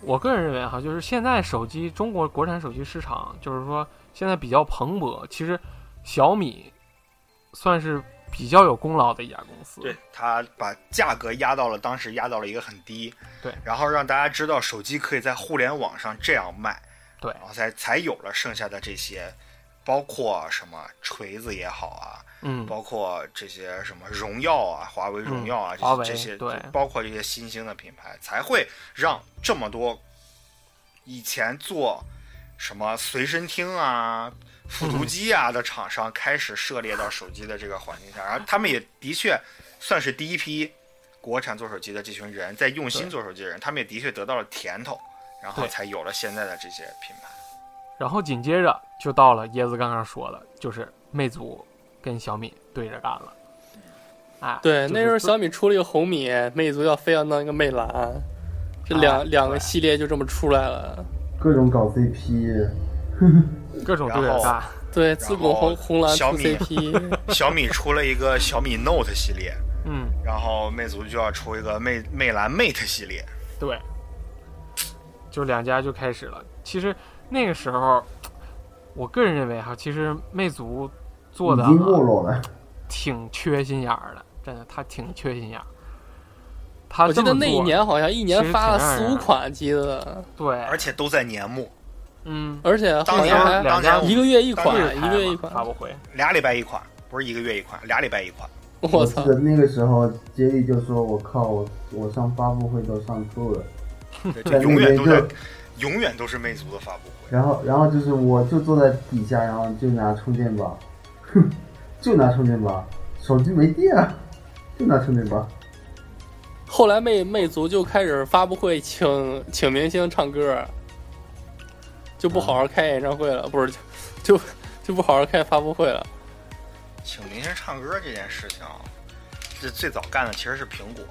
我个人认为哈，就是现在手机中国国产手机市场，就是说现在比较蓬勃。其实小米算是比较有功劳的一家公司，对，他把价格压到了当时压到了一个很低，对，然后让大家知道手机可以在互联网上这样卖，对然后才才有了剩下的这些，包括什么锤子也好啊，嗯，包括这些什么荣耀啊、华为荣耀啊，华为这些这些对，包括这些新兴的品牌，才会让这么多以前做什么随身听啊、复嗯读机啊的厂商开始涉猎到手机的这个环境下，然后他们也的确算是第一批国产做手机的这群人在用心对做手机的人，他们也的确得到了甜头，然后对才有了现在的这些品牌。然后紧接着就到了椰子刚刚说的，就是魅族跟小米对着干了。哎，对，就是那时候自小米出了一个红米，魅族要非要弄一个魅蓝，这两、啊两个系列就这么出来了。各种搞 CP，各种对着然干后，对，自古红红蓝出小米 CP，小米出了一个小米 Note 系列。嗯，然后魅族就要出一个魅魅蓝 Mate 系列，对，就两家就开始了。其实那个时候，我个人认为哈，其实魅族做的已经没落了。挺缺心眼儿的，真的，他挺缺心眼儿。 他我记这么得那一做年好像一其年实发了挺让四人五款机子，对，而且都在年末，嗯，而且当好时年像还两当家年当一个月一款当，日一开个月一嘛发款。布会，俩礼拜一款，不是一个月一款，俩礼拜一款。我记操！得 那个时候，杰里就说：“我靠，我我上发布会都上吐了。 对”就在那永远边都在就，，永远都是魅族的发布会。然后然后就是我就坐在底下，然后就拿充电宝， 哼，就拿充电宝，手机没电了，就拿充电宝。后来魅魅族就开始发布会请请明星唱歌，就不好好开演唱会了，不是就就就不好好开发布会了。请明星唱歌这件事情，这最早干的其实是苹果，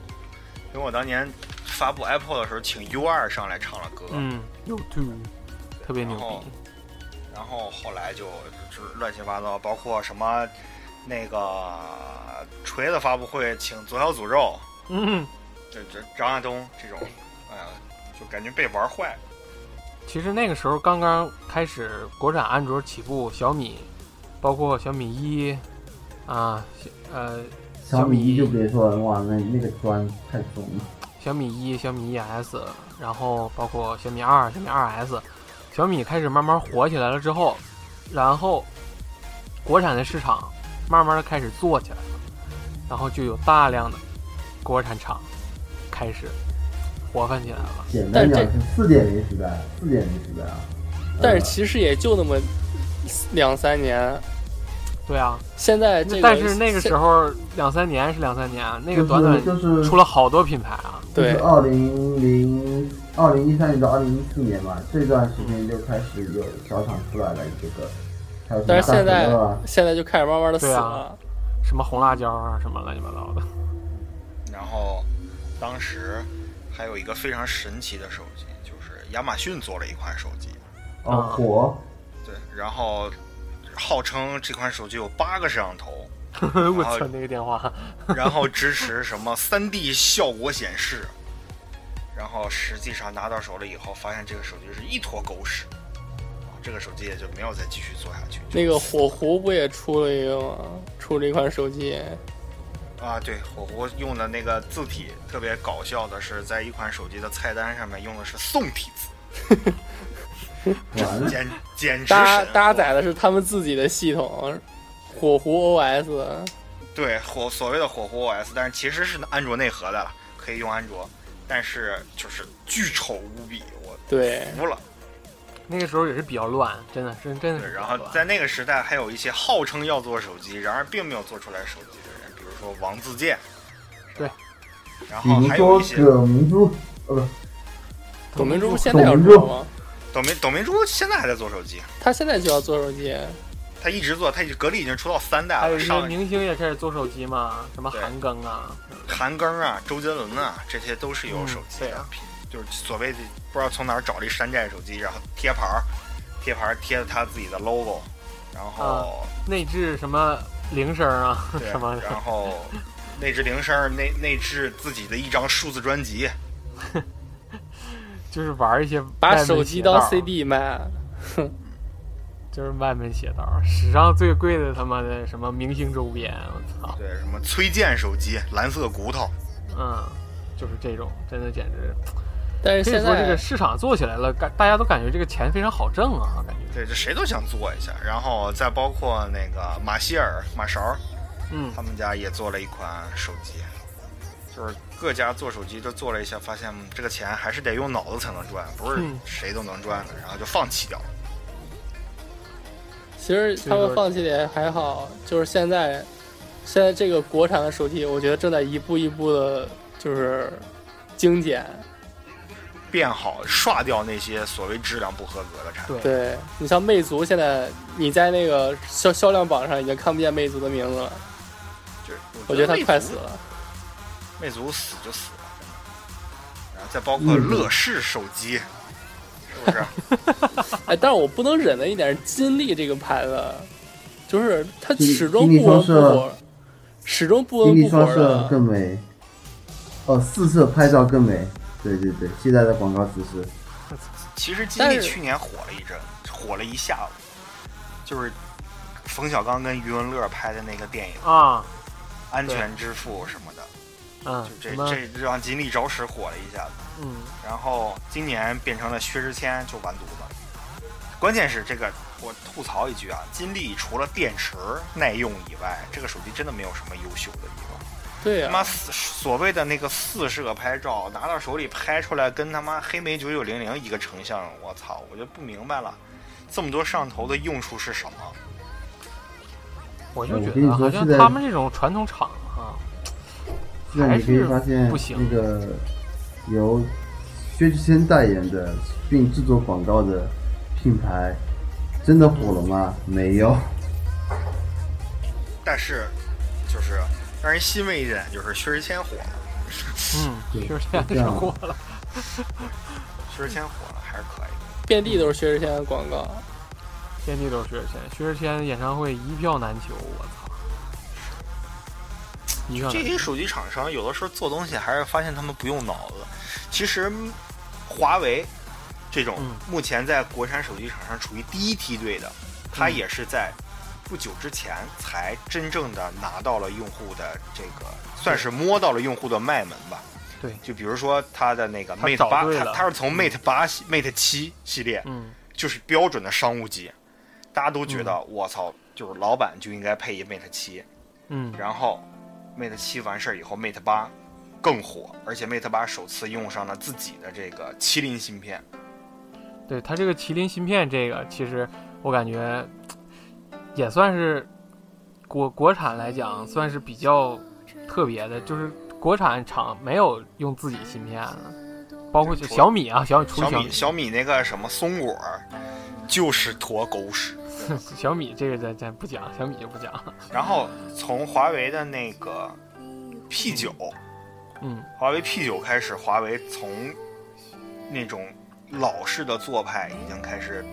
苹果当年发布 Apple 的时候，请 U 二上来唱了歌，嗯，YouTube 特别牛然后哦逼，然后后来就就是乱七八糟，包括什么那个锤子发布会请左小诅咒，嗯。这这张亚东这种，哎呀，就感觉被玩坏了。其实那个时候刚刚开始国产安卓起步，小米，包括小米一，啊，小呃，小米一就别说了，哇，那那个砖太重了。小米一、小米一 S，然后包括小米二、小米二 S，小米开始慢慢火起来了之后，然后国产的市场慢慢的开始做起来了，然后就有大量的国产厂开始活泛起来了。简单讲但是四点零时代，四点零时代啊。但是嗯其实也就那么两三年，对啊，现在这个但是那个时候候两三年是两三年，那个短短就是就是出了好多品牌啊。就是对二零零二零一三年到二零一四年嘛，这段时间就开始有小厂出来了这个，还有什但么是现大在可乐啊，现在就开始慢慢的死对啊了。什么红辣椒啊，什么乱七八糟的。 然后当时还有一个非常神奇的手机，就是亚马逊做了一款手机，啊哦火，对，然后号称这款手机有八个摄像头，我操，那个电话，然后支持什么 3D 效果显示，然后实际上拿到手了以后，发现这个手机是一坨狗屎。啊这个手机也就没有再继续做下去。那个火狐不也出了一个吗？出了一款手机，啊，对，火狐用的那个字体特别搞笑的是，在一款手机的菜单上面用的是宋体字，完了，简简直搭神搭载的是他们自己的系统，火狐 OS。对火所谓的火狐 OS，但是其实是安卓内核的了，可以用安卓，但是就是巨丑无比，我对，服了。那个时候也是比较乱，真的真真的是对，比然较后乱。在那个时代，还有一些号称要做手机，然而并没有做出来手机的人，比如说王自健，是吧然比后如还有说一些葛明珠，呃，不，董明珠现在有什么吗？董明董明珠现在还在做手机，他现在就要做手机，他一直做，他已经格力已经出到三代还有了，一些上明星也开始做手机嘛，什么对韩庚啊，韩庚啊、周杰伦啊，这些都是有手机嗯对的啊，就是所谓的不知道从哪儿找了一山寨手机，然后贴牌儿，贴牌儿贴的他自己的 logo，然后、内置什么铃声啊，对什么，的然后内置铃声儿，内内置自己的一张数字专辑，就是玩一些把歪门手机邪道当 CD 卖。就是歪门邪道，史上最贵的他妈的什么明星周边，我操，对，什么崔健手机、蓝色骨头，嗯，就是这种，真的简直但是可以现说这在个市场做起来了，感大家都感觉这个钱非常好挣啊，感觉，对，这谁都想做一下。然后再包括那个马歇尔、马勺儿，嗯他们家也做了一款手机，就是各家做手机都做了一下，发现嗯这个钱还是得用脑子才能赚，不是嗯谁都能赚的，然后就放弃掉了。其实他们放弃的也还好，就是现在，现在这个国产的手机，我觉得正在一步一步的，就是精简。变好，刷掉那些所谓质量不合格的产品。对对你像魅族，现在你在那个销销量榜上已经看不见魅族的名字了，就是我觉得魅它快族死了。魅族死就死了，真的。然后再包括乐视手机，是不是？哎，但是我不能忍的一点是金立这个牌子，就是它金始终金立不温双不色火，始终不金温立不火双色的。更美，哦，四色拍照更美。对对对，现在的广告词是其实吉但利是去年火了一阵，火了一下午，就是冯小刚跟余文乐拍的那个电影啊， 《安全之父》什么的，嗯就，这什么，这让吉利着实火了一下子。嗯，然后今年变成了薛之谦就完犊子了。关键是这个，我吐槽一句啊，金立除了电池耐用以外，这个手机真的没有什么优秀的地方。对他啊呀、妈四所谓的那个四摄拍照，拿到手里拍出来跟他妈黑莓九九零零一个成像，我操，我就不明白了，这么多摄像头的用处是什么？我就哎我觉跟你得说好像现在他们这种传统厂啊，现在你可以发现还是不行那个由薛之谦代言的并制作广告的品牌，真的火了吗？没有。但是，就是让人欣慰一点，就是薛之谦火了，嗯，对就是这样这是样过了，薛之谦火了还是可以的。遍地都是薛之谦的广告。遍地都是薛之谦，薛之谦演唱会一票难求，我操，一票难这求，些手机厂商有的时候做东西还是发现他们不用脑子。其实，嗯华为这种嗯目前在国产手机厂商处于第一梯队的，它嗯也是在不久之前才真正的拿到了用户的这个，算是摸到了用户的脉门吧。对就比如说它的那个它 Mate 找八，对它了它是从 Mate 八系、Mate 七系列，嗯，就是标准的商务机，大家都觉得我操，就是老板就应该配一 Mate 七，嗯，然后 Mate 七完事儿以后，Mate 八更火，而且 Mate 八首次用上了自己的这个麒麟芯片。对它这个麒麟芯片，这个其实我感觉也算是国国产来讲，算是比较特别的，就是国产厂没有用自己芯片的，包括就除小米啊，小除了小米米，小米那个什么松果儿，就是坨狗屎。 小米这个咱咱不讲，小米就不讲，然后从华为的那个 P 九，嗯，华为 P 九开始，华为从那种老式的做派已经开始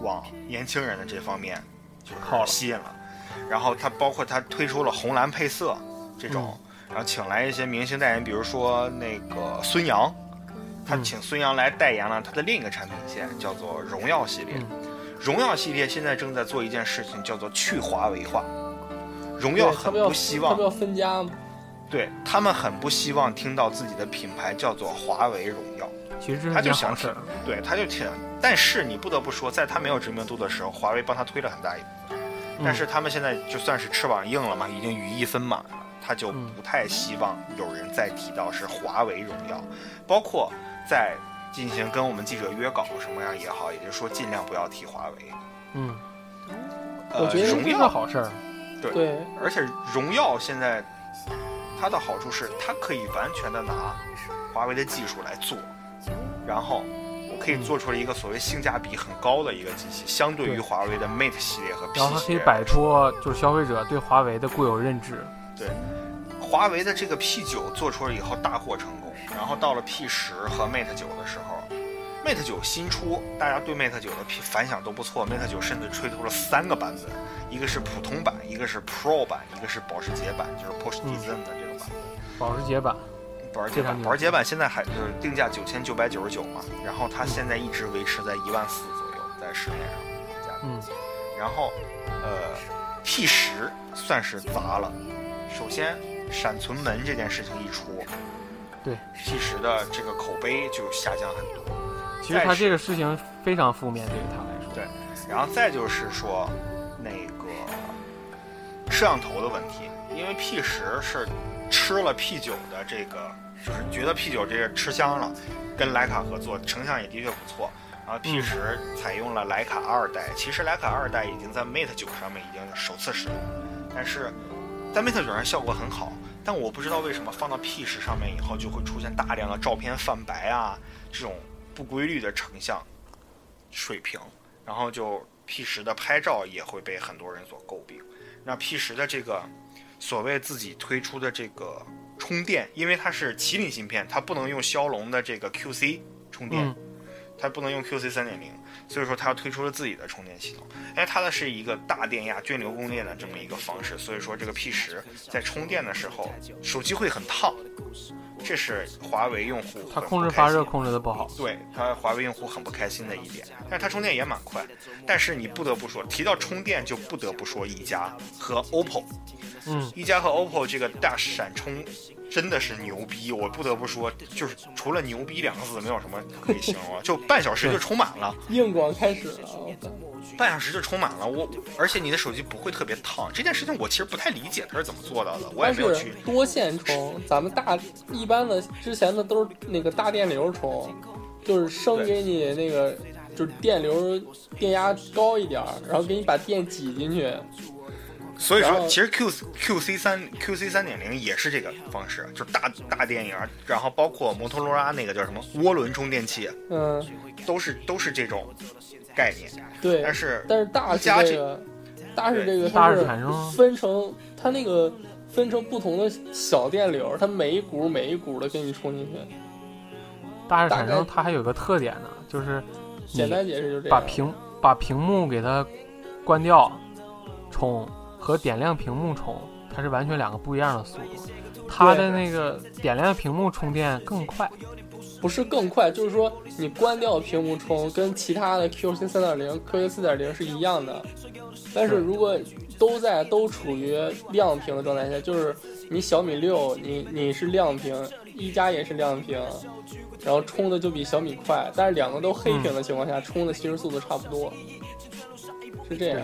往年轻人的这方面就是靠了吸引了。然后它包括它推出了红蓝配色这种，嗯然后请来一些明星代言，比如说那个孙杨，他嗯请孙杨来代言了他的另一个产品线，叫做荣耀系列。嗯荣耀系列现在正在做一件事情，叫做去华为化。荣耀对他很不要希他望不要分家吗？对他们很不希望听到自己的品牌叫做华为荣耀，其实这他是就件想好事挺儿。，对，他就挺。但是你不得不说，在他没有知名度的时候，华为帮他推了很大一步。嗯但是他们现在就算是翅膀硬了嘛，已经羽翼丰满了，他就嗯不太希望有人再提到是华为荣耀，包括在进行跟我们记者约稿什么样也好，也就是说尽量不要提华为。嗯，呃我觉得这荣是耀个好事儿。对，而且荣耀现在它的好处是，它可以完全的拿华为的技术来做，然后可以做出了一个所谓性价比很高的一个机器，相对于对华为的 Mate 系列和 P 然后它可系以列。摆脱就是消费者对华为的固有认知。华为的这个 P 九做出了以后大获成功，然后到了 P 十和 Mate 九的时候。Mate 九新出，大家对 Mate 九的批反响都不错。Mate 九甚至推出了三个版本，一个是普通版，一个是 Pro 版，一个是保时捷版，就是 Porsche 嗯 Design 的这个版本。保时捷版，保时捷非常版，牛保时捷版现在还就是定价九千九百九十九嘛，然后它现在一直维持在一万四左右，在市面上价格。嗯然后，呃，P 十算是砸了。首先，闪存门这件事情一出，对 P 十的这个口碑就下降很多。其实它这个事情非常负面，对于它来说。对然后再就是说，那个摄像头的问题，因为 P 十是吃了 P 九的这个，就是觉得 P 九这个吃香了，跟徕卡合作，成像也的确不错。然后 P 十采用了徕卡二代，其实徕卡二代已经在 Mate 九上面已经首次使用，但是在 Mate 九上效果很好。但我不知道为什么放到 P 十上面以后，就会出现大量的照片泛白啊，这种不规律的成像水平。然后就 P 十的拍照也会被很多人所诟病。那 P 十的这个所谓自己推出的这个充电，因为它是麒麟芯片，它不能用骁龙的这个 QC 充电，嗯它不能用 QC 三点零，所以说它推出了自己的充电系统。哎，它的是一个大电压涓流供电的这么一个方式，所以说这个 P 十在充电的时候，手机会很烫，这是华为用户它很控不制开发热心控制的不好。对它华为用户很不开心的一点，但是它充电也蛮快。但是你不得不说，提到充电就不得不说一加和 OPPO，嗯，一加和 OPPO 这个大闪充真的是牛逼，我不得不说，就是除了牛逼两个字，没有什么可以形容了，就半小时就充满了，硬广开始了，我靠半小时就充满了。我而且你的手机不会特别烫，这件事情我其实不太理解它是怎么做到的，我也它没有去是。多线充，咱们大一般的之前的都是那个大电流充，就是升给你那个就是电流电压高一点儿，然后给你把电挤进去。所以然说，后其实 Q Q C 三 Q C 三点零也是这个方式，就是大大电影，然后包括摩托罗拉那个叫什么涡轮充电器，嗯，都是都是这种概念。对。但是但是大是加这个，大是这个大它致是产生分成它那个分成不同的小电流，它每一股每一股的给你充进去。大致产大生概它还有个特点呢，就是简你单解释就这把样。屏把屏幕给它关掉充和点亮屏幕充，它是完全两个不一样的速度。它的那个点亮屏幕充电更快，不是更快，就是说你关掉屏幕充，跟其他的 QC 三点零、QC 四点零是一样的。但是是如果都在都处于亮屏的状态下，就是你小米六，你你是亮屏，一加也是亮屏，然后充的就比小米快，但是两个都黑屏的情况下，充的其实速度差不多，是这样。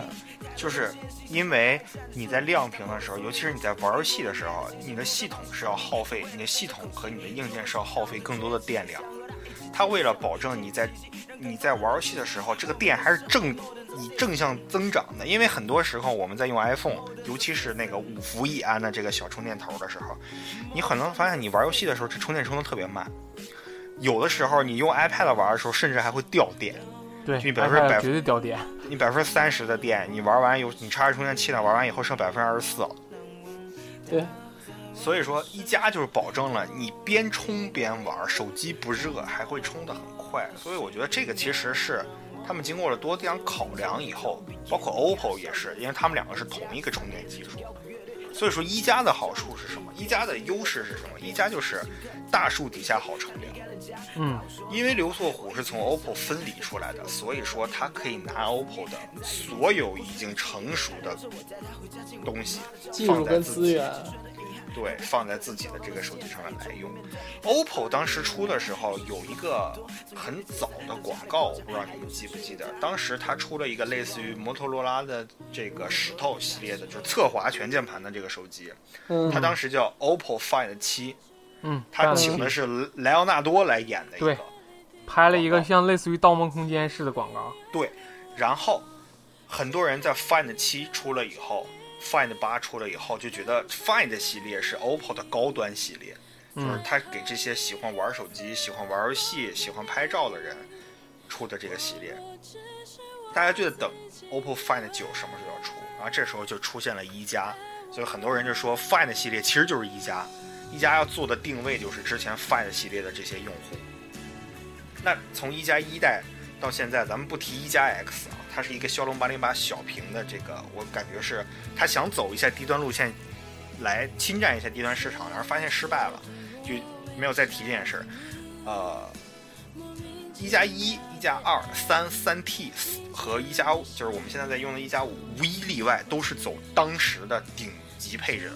就是因为你在亮屏的时候，尤其是你在玩游戏的时候，你的系统是要耗费，你的系统和你的硬件是要耗费更多的电量。它为了保证你在你在玩游戏的时候，这个电还是正以正向增长的，因为很多时候我们在用 iPhone，尤其是那个五伏一安的这个小充电头的时候，你可能发现你玩游戏的时候，这充电充的特别慢。有的时候你用 iPad 玩的时候，甚至还会掉电。对，就你表示百 iPad 分绝对掉电。你百分之三十的电，你玩完有你插着充电器呢，玩完以后剩百分之二十四了。对，所以说一加就是保证了你边充边玩，手机不热，还会充得很快。所以我觉得这个其实是他们经过了多地方考量以后，包括 OPPO 也是，因为他们两个是同一个充电技术。所以说一加的好处是什么？一加的优势是什么？一加就是大树底下好乘凉。嗯，因为刘作虎是从 OPPO 分离出来的，所以说他可以拿 OPPO 的所有已经成熟的东西技放术在跟自资己源，对放在自己的这个手机上面来用。OPPO 当时出的时候有一个很早的广告，我不知道你们记不记得，当时它出了一个类似于摩托罗拉的这个石头系列的，就是侧滑全键盘的这个手机，嗯它当时叫 OPPO Find 七，嗯，它干请了的是莱昂纳多来演的一个对。拍了一广个告像类似于《盗梦空间》似的广告。然后很多人在 Find 七出了以后，Find 八出了以后，就觉得 Find 系列是 OPPO 的高端系列，就是嗯，它给这些喜欢玩手机、喜欢玩游戏、喜欢拍照的人出的这个系列。大家就在等 OPPO Find 九什么时候要出，然后这时候就出现了一加，所以很多人就说 Find 系列其实就是一加，一加要做的定位就是之前 Find 系列的这些用户。那从一加一代到现在，咱们不提一加 X 啊，它是一个骁龙八零八小屏的这个，我感觉是它想走一下低端路线，来侵占一下低端市场，然后发现失败了，就没有再提这件事儿。呃，一加一、一加二、三、三 T 和一加就是我们现在在用的一加五，无一例外都是走当时的顶级配置，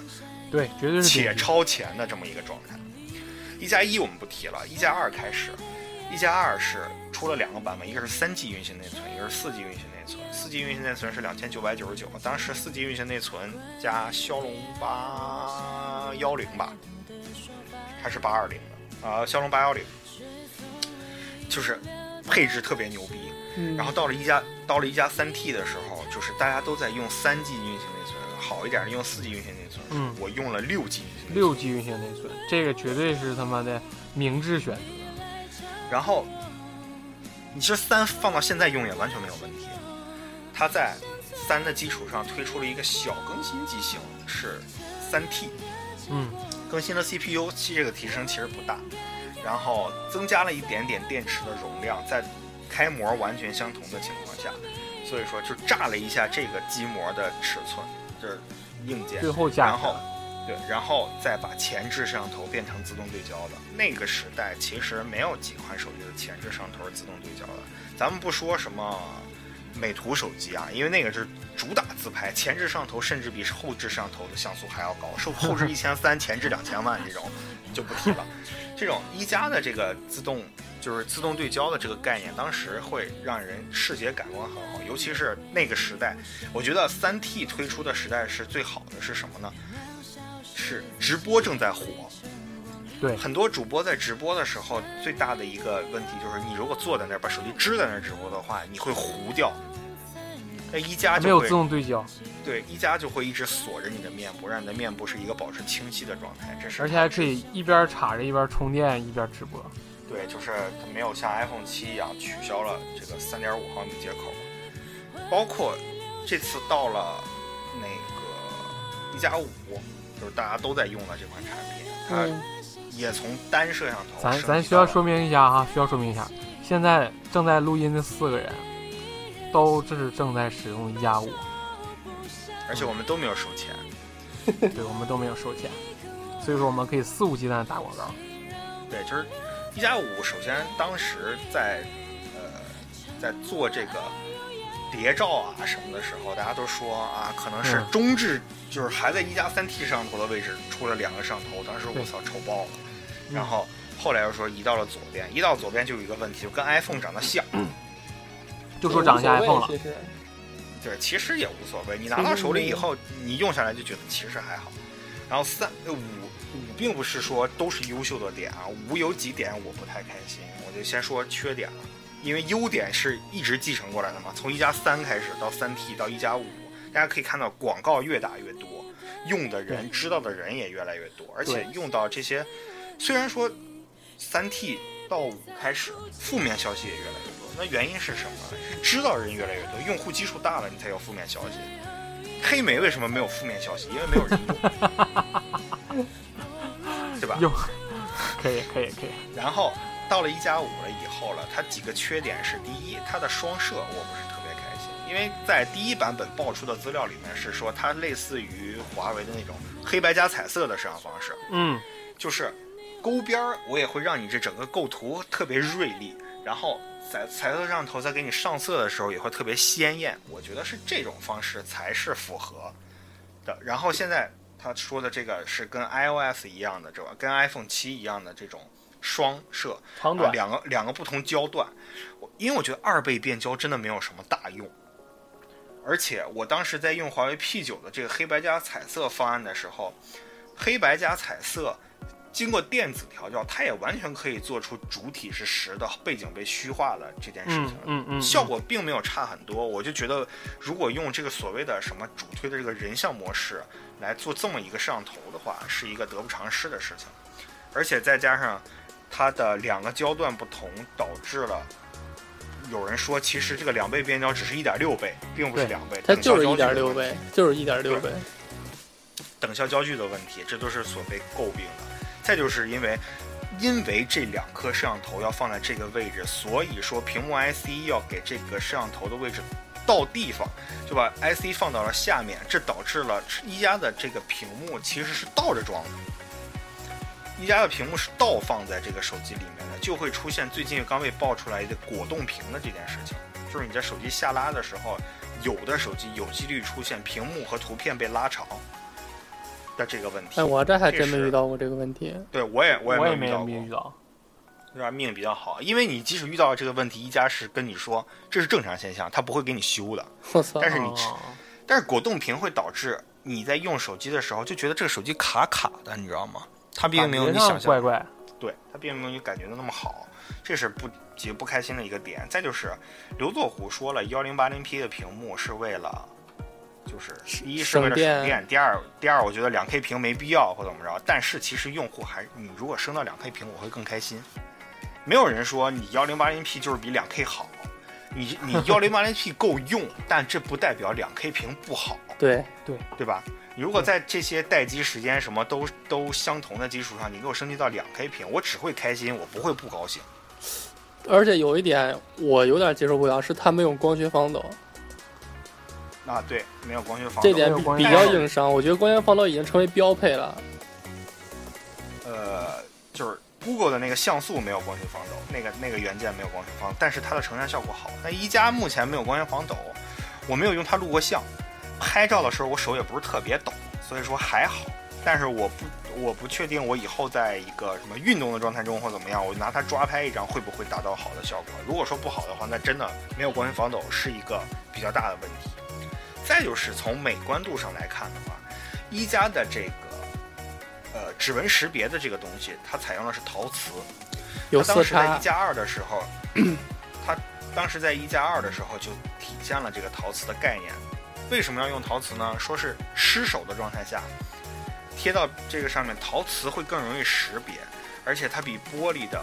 对，绝对是且顶级超前的这么一个状态。一加一我们不提了，一加二开始，一加二是出了两个版本，一个是三 G 运行内存，一个是四 G 运行内存。四 G 运行内存是两千九百九十九，当时四 G 运行内存加骁龙八幺零吧，还是八二零的啊、呃骁龙八幺零，就是配置特别牛逼。嗯然后到了一加到了一加三 T 的时候，就是大家都在用三 G 运行内存，好一点的用四 G 运行内存，嗯我用了六 G 运行内存。六 G 运行内存，这个绝对是他妈的明智选择。然后你其实三放到现在用也完全没有问题。它在三的基础上推出了一个小更新机型，是三 T，嗯，更新了 CPU，其实这个提升其实不大，然后增加了一点点电池的容量，在开模完全相同的情况下，所以说就炸了一下这个机模的尺寸，就是硬件最。后价然格后，对，然后再把前置摄像头变成自动对焦的。那个时代其实没有几款手机的前置摄像头是自动对焦的。咱们不说什么美图手机啊，因为那个是主打自拍，前置摄像头甚至比后置摄像头的像素还要高，是后置一千三，前置两千万这种就不提了。这种一加的这个自动就是自动对焦的这个概念，当时会让人视觉感官很好，尤其是那个时代，我觉得三 T 推出的时代是最好的是什么呢？是直播正在火。对很多主播在直播的时候，最大的一个问题就是，你如果坐在那儿把手机支在那儿直播的话，你会糊掉。那一加没就有会自动对焦，对一加就会一直锁着你的面部，让你的面部是一个保持清晰的状态。这是而且还可以一边插着一边充电一边直播。哦对，就是它没有像 iPhone 七一样取消了这个三点五毫米接口，包括这次到了那个一加五，就是大家都在用的这款产品，它嗯也从单摄像头咱升级咱需到要了说明一下哈，需要说明一下，现在正在录音的四个人，都这是正在使用一加 五，而且我们都没有收钱。对我们都没有收钱，所以说我们可以肆无忌惮地打广告。对，就是一加五，首先当时在呃在做这个谍照啊什么的时候，大家都说啊，可能是嗯中置，就是还在一加三 T 摄像头的位置出了两个摄像头，当时我对操丑爆了。嗯然后后来又说移到了左边，移到左边就有一个问题，就跟 iPhone 长得像。就说长相无所 iPhone 谓了，其实对，其实也无所谓，你拿到手里以后，你用下来就觉得其实还好。然后三呃五五并不是说都是优秀的点啊，五有几点我不太开心，我就先说缺点了，因为优点是一直继承过来的嘛，从一加三开始到三 T 到一加五，大家可以看到广告越打越多，用的人知道的人也越来越多，而且对用到这些，虽然说三 T 到五开始，负面消息也越来越多。那原因是什么？是知道人越来越多，用户基数大了，你才有负面消息。黑莓为什么没有负面消息？因为没有人用，对吧？用，可以可以可以，然后到了一加五了以后了，它几个缺点是：第一，它的双摄我不是特别开心，因为在第一版本爆出的资料里面是说它类似于华为的那种黑白加彩色的摄像方式，嗯，就是勾边儿，我也会让你这整个构图特别锐利，然后彩彩色摄像头在给你上色的时候也会特别鲜艳。我觉得是这种方式才是符合的。然后现在他说的这个是跟 iOS 一样的，这个跟 iPhone 七一样的这种双摄，长啊短，两个两个不同焦段。我因为我觉得二倍变焦真的没有什么大用，而且我当时在用华为 P 九的这个黑白加彩色方案的时候，黑白加彩色经过电子调教，它也完全可以做出主体是实的，背景被虚化了这件事嗯情。嗯嗯，效果并没有差很多，我就觉得，如果用这个所谓的什么主推的这个人像模式来做这么一个摄像头的话，是一个得不偿失的事情。而且再加上它的两个焦段不同，导致了有人说，其实这个两倍变焦只是一点六倍，并不是对两倍，它等就是效焦一点距的六问题倍，就是一点六倍。等效焦距的问题，这都是所被诟病的。再就是因为，因为这两颗摄像头要放在这个位置，所以说屏幕 IC 要给这个摄像头的位置到地方，就把 IC 放到了下面，这导致了一加的这个屏幕其实是倒着装的。一加的屏幕是倒放在这个手机里面的，就会出现最近刚被爆出来的果冻屏的这件事情，就是你在手机下拉的时候，有的手机有几率出现屏幕和图片被拉长的这个问题。哎，我这还这真没是遇到过这个问题。对我也我我也没有遇到没遇过，到，对吧？命比较好，因为你即使遇到了这个问题，一加是跟你说这是正常现象，它不会给你修的。我操！但是你哦但是果冻屏会导致你在用手机的时候就觉得这个手机卡卡的，你知道吗？它并没有感你觉上想象怪怪，对，它并没有你感觉的那么好，这是不极不开心的一个点。再就是刘作虎说了，幺零八零 P 的屏幕是为了，就是一是省为了电省电，第二第二我觉得两 K 屏没必要或怎么着，但是其实用户还你如果升到两 K 屏，我会更开心。没有人说你幺零八零 P 就是比两 K 好，你 你幺零八零 P 够用，但这不代表两 K 屏不好。对，对吧？你如果在这些待机时间什么都都相同的基础上，你给我升级到两 K 屏，我只会开心，我不会不高兴。而且有一点我有点接受不了，是它没有光学防抖，啊，对，没有光学防抖，这点没有比光比学较防抖硬伤。我觉得光学防抖已经成为标配了。呃，就是 Google 的那个像素没有光学防抖，那个那个元件没有光学防抖，但是它的成像效果好。那一加目前没有光学防抖，我没有用它录过像，拍照的时候我手也不是特别抖，所以说还好。但是我不我不确定我以后在一个什么运动的状态中或怎么样，我拿它抓拍一张会不会达到好的效果？如果说不好的话，那真的没有光学防抖是一个比较大的问题。再就是从美观度上来看的话，一加的这个呃指纹识别的这个东西，它采用的是陶瓷。有它色当时在差一，加二的时候，它当时在一加二的时候就体现了这个陶瓷的概念。为什么要用陶瓷呢？说是湿手的状态下，贴到这个上面，陶瓷会更容易识别，而且它比玻璃的，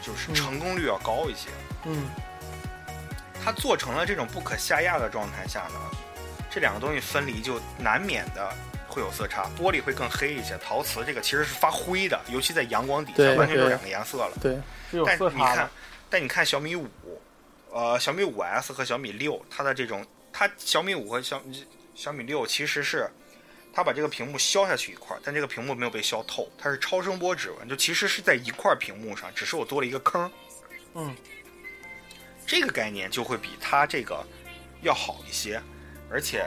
就是嗯成功率要高一些。嗯，它做成了这种不可下压的状态下呢，这两个东西分离就难免的会有色差，玻璃会更黑一些，陶瓷这个其实是发灰的，尤其在阳光底下，对完全就是对两个颜色了。对，是有但色你差看的，，但你看小米五，呃，小米五 S 和小米六，它的这种，它小米五和小小米六其实是它把这个屏幕削下去一块儿，但这个屏幕没有被削透，它是超声波指纹，就其实是在一块儿屏幕上，只是我多了一个坑。嗯，这个概念就会比它这个要好一些，而且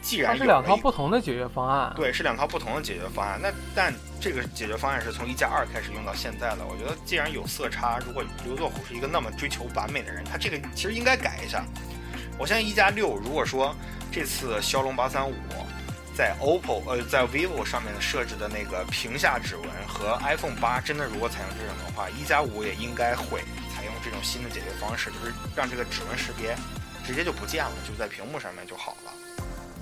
既它然是有两了套一不同的解决方案，对，是两套不同的解决方案。那但这个解决方案是从一加二开始用到现在的。我觉得既然有色差，如果刘作虎是一个那么追求完美的人，他这个其实应该改一下。我相信一加六，如果说这次骁龙八三五在 OPPO 呃在 vivo 上面设置的那个屏下指纹和 iPhone 八真的如果采用这种的话，一加五也应该会采用这种新的解决方式，就是让这个指纹识别直接就不见了，就在屏幕上面就好了。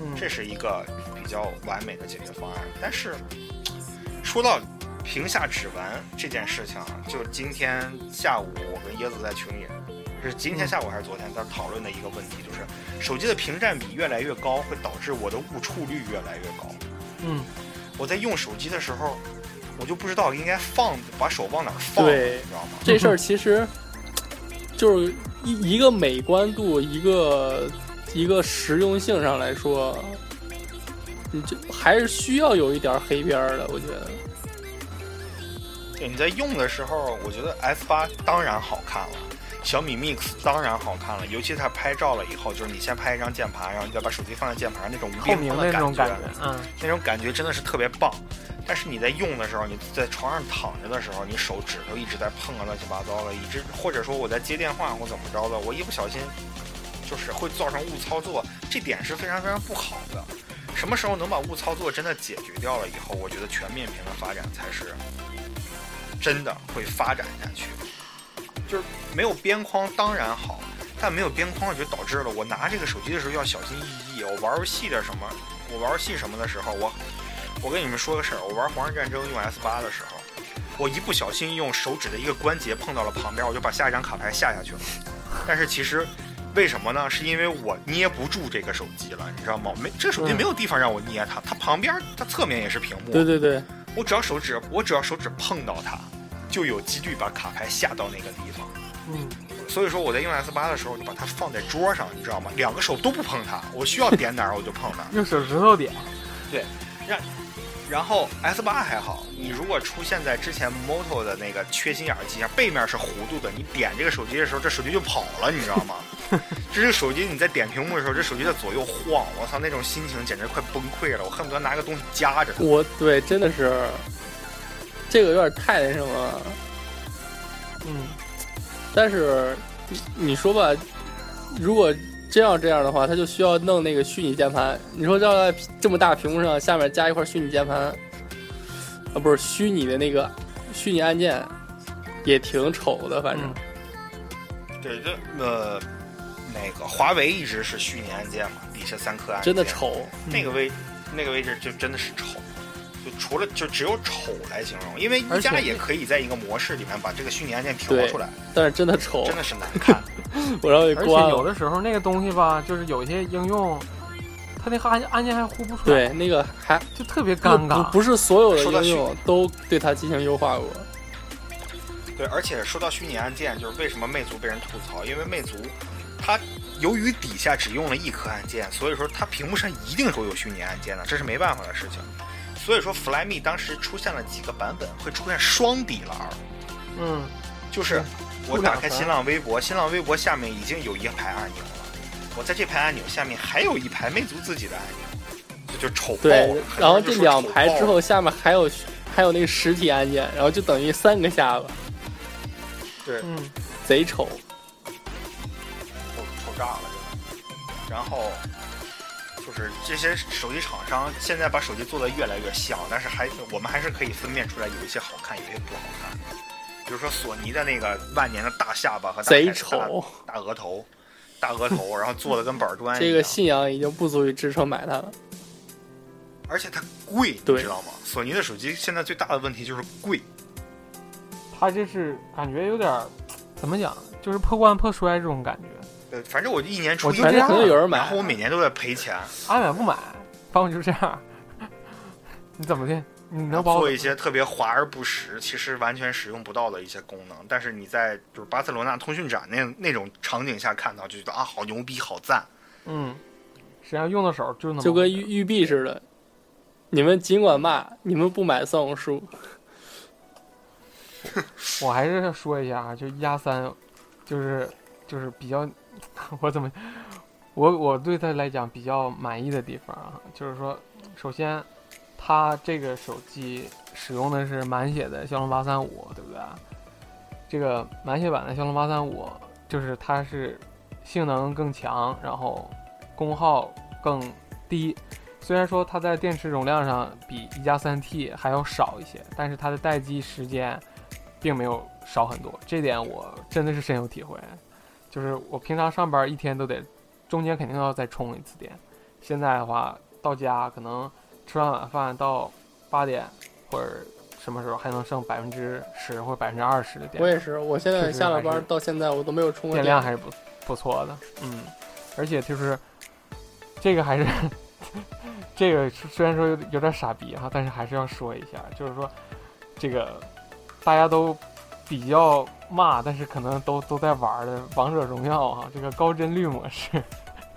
嗯，这是一个比较完美的解决方案。但是说到屏下指纹这件事情啊，就今天下午我跟椰子在群里，是今天下午还是昨天在讨论的一个问题，就是手机的屏占比越来越高，会导致我的误触率越来越高。嗯，我在用手机的时候，我就不知道应该放把手往哪儿放，对你知道吗？这事儿其实就是一一个美观度，一个一个实用性上来说，你这还是需要有一点黑边儿的，我觉得。对，你在用的时候，我觉得 S 八当然好看了，小米 Mix 当然好看了，尤其它拍照了以后，就是你先拍一张键盘，然后你再把手机放在键盘上，那种无透边明框的的那种感感觉，嗯，那种感觉真的是特别棒。但是你在用的时候，你在床上躺着的时候，你手指头一直在碰啊乱七八糟的，以致或者说我在接电话或怎么着的，我一不小心就是会造成误操作，这点是非常非常不好的。什么时候能把误操作真的解决掉了以后，我觉得全面屏的发展才是真的会发展下去。就是没有边框当然好，但没有边框就导致了我拿这个手机的时候要小心翼翼。我玩游戏的什么，我玩游戏什么的时候，我我跟你们说个事儿，我玩《皇室战争》用 S 八的时候，我一不小心用手指的一个关节碰到了旁边，我就把下一张卡牌下下去了。但是其实为什么呢？是因为我捏不住这个手机了，你知道吗？没这手机嗯没有地方让我捏它，它旁边它侧面也是屏幕，对对对，我只要手指，我只要手指碰到它，就有几率把卡牌下到那个地方。嗯，所以说我在用 S 八的时候，我就把它放在桌上，你知道吗？两个手都不碰它，我需要点哪儿我就碰 哪儿。用手指头点，嗯然后 S 八还好，你如果出现在之前 Moto 的那个缺心眼儿机上，背面是弧度的，你点这个手机的时候，这手机就跑了，你知道吗？这是手机你在点屏幕的时候，这手机在左右晃，我操，那种心情简直快崩溃了，我恨不得拿个东西夹着它。我对真的是这个有点太那什么了。嗯，但是你你说吧，如果真要这样的话，他就需要弄那个虚拟键盘。你说要在这么大屏幕上下面加一块虚拟键盘，啊，不是虚拟的那个虚拟按键，也挺丑的，反正。嗯对，这呃，那个华为一直是虚拟按键嘛，底下三颗按键，真的丑，那个位那个位置就真的是丑，就除了就只有丑来形容，因为一而加且也可以在一个模式里面把这个虚拟按键调对哦出来，但是真的丑，真的是难看。我让我给而且关有了。的时候那个东西吧，就是有些应用，它那个按按键还呼不出来，对，那个还就特别尴尬不。不是所有说到的虚哎应用都对它进行优化过。对，而且说到虚拟按键，就是为什么魅族被人吐槽，因为魅族它由于底下只用了一颗按键，所以说它屏幕上一定会有虚拟按键的，这是没办法的事情。所以说，Flyme 当时出现了几个版本，会出现双底栏儿，嗯，就是我打开新浪微博，新浪微博下面已经有一排按钮了，我在这排按钮下面还有一排魅族自己的按钮，这就丑爆对了。，然后很多人就这说两丑排爆之了，后下面还有还有那个实体按键，然后就等于三个下巴，对，嗯，贼丑。丑丑炸了，真的。然后就是这些手机厂商现在把手机做的越来越像，但是还我们还是可以分辨出来有一些好看，有一些不好看。比如说索尼的那个万年的大下巴和大贼开丑，大、大额头、大额头，然后做的跟板砖一样。这个信仰已经不足以支撑买它了。而且它贵，你对知道吗？索尼的手机现在最大的问题就是贵。它这是感觉有点儿怎么讲，就是破罐破摔这种感觉，呃，反正我一年出一我反觉个得正可能有人然买后，我每年都在赔钱，爱买不买，反正就是这样。 你怎么的？你能把我做一些特别华而不实，其实完全使用不到的一些功能。但是你在就是巴塞罗那通讯展那那种场景下看到，就觉得啊，好牛逼，好赞。嗯，实际上用到手就能就跟玉玉璧似的。你们尽管骂，你们不买算我输。我还是说一下啊，就一加三，就是就是比较， 我怎么，我我对它来讲比较满意的地方啊，就是说，首先，它这个手机使用的是满血的骁龙八三五，对不啊对？这个满血版的骁龙八三五，就是它是性能更强，然后功耗更低。虽然说它在电池容量上比一加三 T 还要少一些，但是它的待机时间并没有少很多，这点我真的是深有体会。就是我平常上班一天都得，中间肯定要再充一次电。现在的话，到家可能吃完晚饭到八点或者什么时候还能剩百分之十或百分之二十的电。我也是，我现在确实下了还班是到现在我都没有充过电量还是不不错的，嗯，而且就是这个还是 这个虽然说有有点傻逼哈，但是还是要说一下，就是说这个大家都比较骂，但是可能都都在玩的《王者荣耀》哈，这个高帧率模式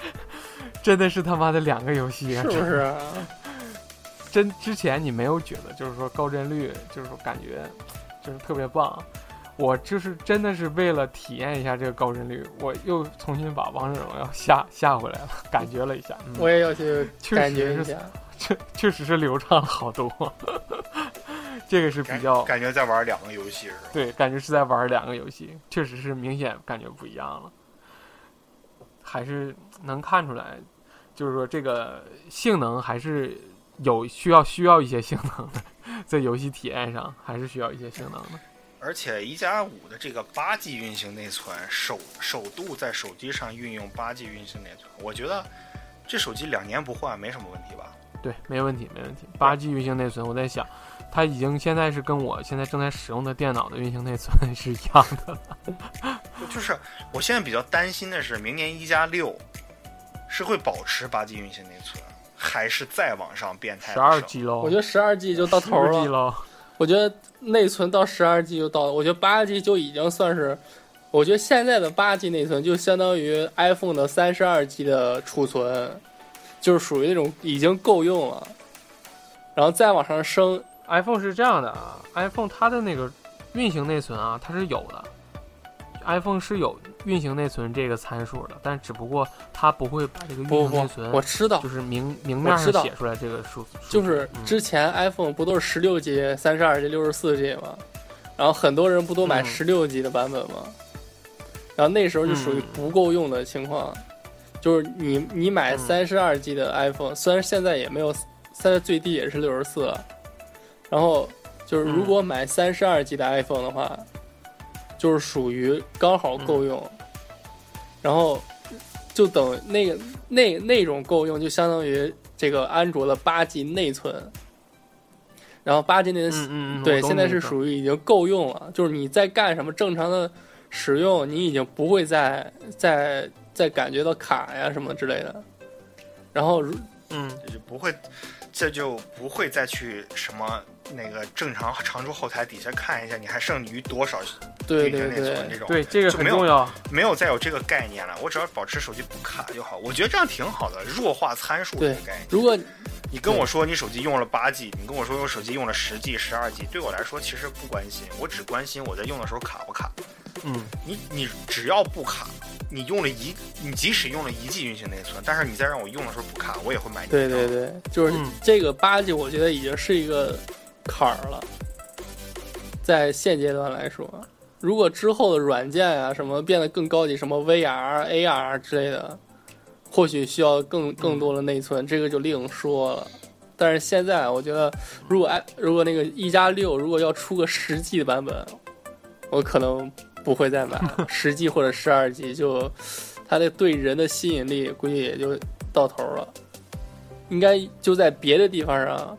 真的是他妈的两个游戏啊，是不是啊？真之前你没有觉得，就是说高帧率，就是说感觉就是特别棒。我就是真的是为了体验一下这个高帧率，我又重新把王者荣耀下下回来了，感觉了一下，嗯、我也要去确感觉实一是下。确确实是流畅了好多， 这个是比感较感觉在玩两个游戏似的。对，感觉是在玩两个游戏，确实是明显感觉不一样了，还是能看出来，就是说这个性能还是有需要需要一些性能的，在游戏体验上还是需要一些性能的。而且一加五的这个八 G 运行内存，首首度在手机上运用八 G 运行内存，我觉得这手机两年不换没什么问题吧？对，没问题，没问题。八 G 运行内存，我在想，它已经现在是跟我现在正在使用的电脑的运行内存 是一样的。就就是我现在比较担心的是，明年一加六是会保持八 G 运行内存，还是再往上变态？十二 G 喽，我觉得十二 G 就到头12哦 G 了，喽，我觉得内存到十二 G 就到了，我觉得八 G 就已经算是，我觉得现在的八 G 内存就相当于 iPhone 的三十二 G 的储存，就是属于那种已经够用了，然后再往上升， iPhone 是这样的啊，iPhone 它的那个运行内存啊，它是有的，iPhone 是有运行内存这个参数的，但只不过它不会把这个运不行不内不，我存知道就，是明明面我知上道写出来这个数，数就字是嗯之前 iPhone 不都是十六 G、三十二 G、六十四 G 吗？然后很多人不都买嗯十六 G 的版本吗？然后那时候就属于嗯不够用的情况，就是你你买嗯三十二 G 的 iPhone，、虽然现在也没有，现在最低也是六十四，然后就是嗯如果买三十二 G 的 iPhone 的话，就是属于刚好嗯够用，然后就等那个那那种够用，就相当于这个安卓的八 G 内存，然后八 G 内存、嗯嗯嗯，对现在是于属于已经够用了，就是你在干什么正常的使用，你已经不会再再再感觉到卡呀什么之类的。然后如嗯这就不会，这就不会再去什么那个正常常驻后台底下看一下你还剩余多少对运对行内对存这种，对这个就很没有重要，没有再有这个概念了。我只要保持手机不卡就好，我觉得这样挺好的，弱化参数这个对概念。如果你跟我说你手机用了八 G，你跟我说我手机用了十 G、十二 G，对我来说其实不关心，我只关心我在用的时候卡不卡。嗯你你只要不卡，你用了一，你即使用了一 G 运行内存，但是你再让我用的时候不卡，我也会买你对的账。对对，就是嗯这个八 G，我觉得已经是一个坎儿了，在现阶段来说，如果之后的软件啊什么变得更高级，什么 VR、AR 之类的，或许需要更更多的内存，这个就另说了。但是现在我觉得，如果哎，如果那个一加六如果要出个十 G 的版本，我可能不会再买十 G 或者十二 G，就它的对人的吸引力估计也就到头了。应该就在别的地方上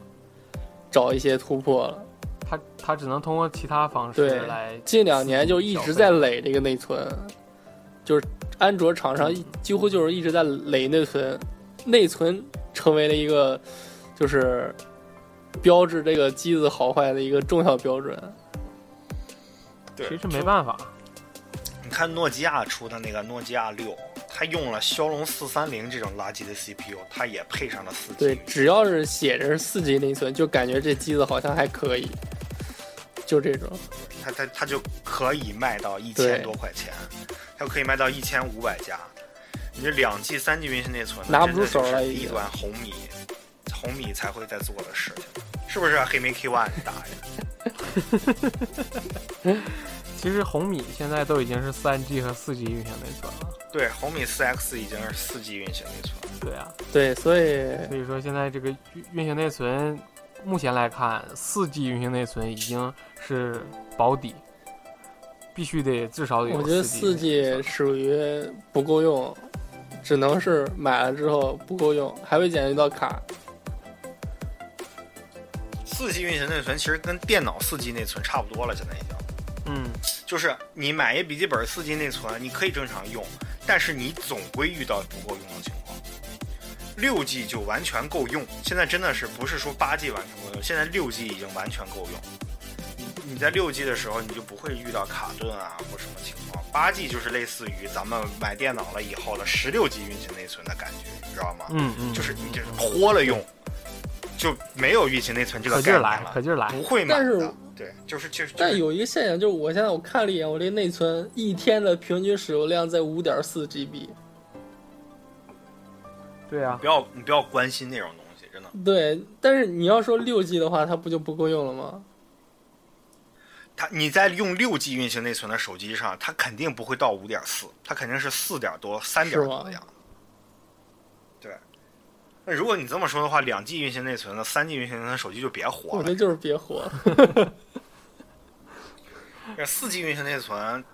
找一些突破了。它它只能通过其他方式对来近两年就一直在垒这个内存，就是安卓厂商一几乎就是一直在垒内存，内存成为了一个就是标志这个机子好坏的一个重要标准。对其实没办法，你看诺基亚出的那个诺基亚六，它用了骁龙四三零这种垃圾的 CPU，它也配上了四 G。对，只要是写着是四 G 内存，就感觉这机子好像还可以，就这种。它它它就可以卖到一对千多块钱，它可以卖到一千五百加。你这两 G、三 G 运行内存呢拿不出手真的了就是已经低端红米，红米才会在做的事情，是不是、啊黑莓 K One 打呀？其实红米现在都已经是三 G 和四 G 运行内存了，对，红米 4X 已经是四 G 运行内存，对啊，对，所以所以说现在这个运运行内存，目前来看，四 G 运行内存已经是保底，必须得至少得有我觉得四四 G 属于不够用，只能是买了之后不够用，还会感觉到卡。四 G 运行内存其实跟电脑四 G 内存差不多了，现在已经。嗯，就是你买一笔记本四 G 内存，你可以正常用，但是你总归遇到不够用的情况。六 G 就完全够用，现在真的是不是说八 G 完全够用，现在六 G 已经完全够用。你你在六 G 的时候，你就不会遇到卡顿啊或什么情况。八 G 就是类似于咱们买电脑了以后的十六 G 运行内存的感觉，你知道吗？嗯嗯，就是你就是豁了用，就没有运行内存这个可概劲儿念来，了可，劲儿来，嗯不会满哎但是的。对对，就是就是。但有一个现象就是，我现在我看了一眼我这内存，一天的平均使用量在五点四 GB。对啊，不要你不要关心那种东西，真的。对，但是你要说六 G 的话，它不就不够用了吗？它你在用六 G 运行内存的手机上，它肯定不会到五点四，它肯定是四点多、三点多的样子。对。那如果你这么说的话，两 G 运行内存的、三 G 运行内存的手机就别活我了那。就是别活了。这四 G 运行内存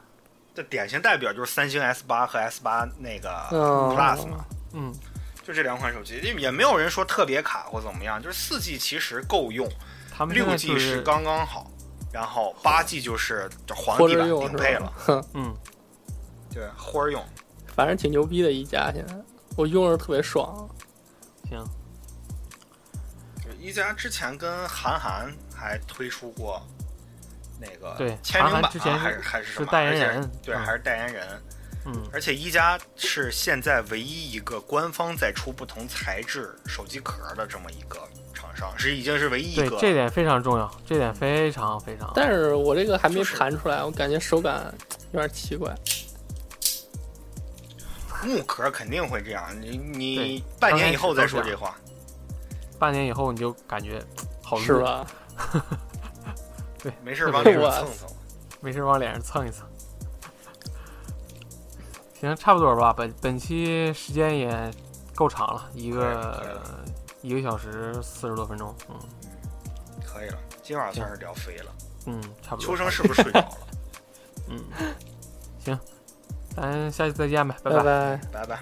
的典型代表就是三星 S 八和 S 八那个嗯 Plus 嘛，嗯，就这两款手机，因为也没有人说特别卡或怎么样，就是四 G 其实够用，他们现六在 G 就是是刚刚好，然后八 G 就是皇活帝着版用顶配是吧了，？哼，嗯，对，花儿用。反正挺牛逼的一家，现在我用着特别啊爽。行，就是一加之前跟韩寒还推出过那个对签名韩版、啊，寒之前是还是还是什么是代言人而且对，嗯还是代言人。嗯，而且一加是现在唯一一个官方在出不同材质手机壳的这么一个厂商，是已经是唯一一对个，这点非常重要，这点非常非常。但是我这个还没就是盘出来，我感觉手感有点奇怪。木壳肯定会这样。你你半年以后再说这话，半年以后你就感觉好撸是？吧？没事往脸上我蹭蹭。没事往脸上蹭一蹭。行，差不多吧。本本期时间也够长了，一可以个一个小时四十多分钟。嗯可以了，今晚算是聊飞了。嗯，差不秋多。生是不是睡着了？嗯，行，咱下期再见呗，拜拜拜。拜拜。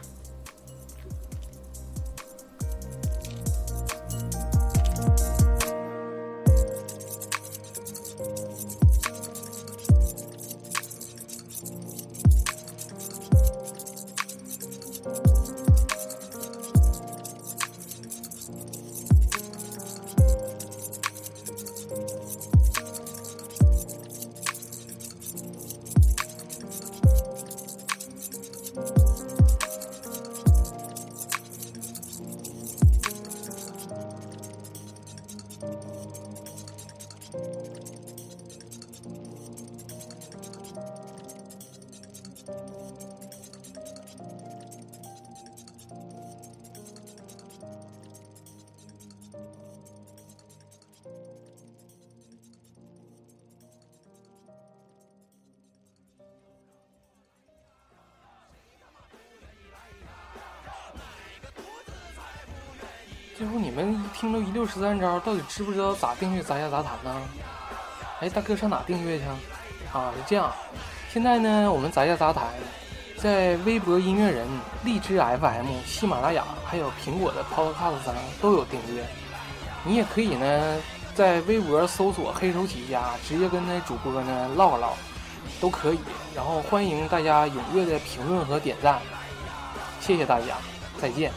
最后你们一听到一六十三招，到底知不知道咋订阅杂下杂谈呢？哎，大哥上哪订阅去啊？啊，是这样，现在呢，我们杂下杂谈在微博音乐人、荔枝 FM、喜马拉雅，还有苹果的 Podcast 上都有订阅。你也可以呢，在微博搜索“黑手起家”，直接跟那主播呢唠唠，都可以。然后欢迎大家踊跃的评论和点赞，谢谢大家，再见。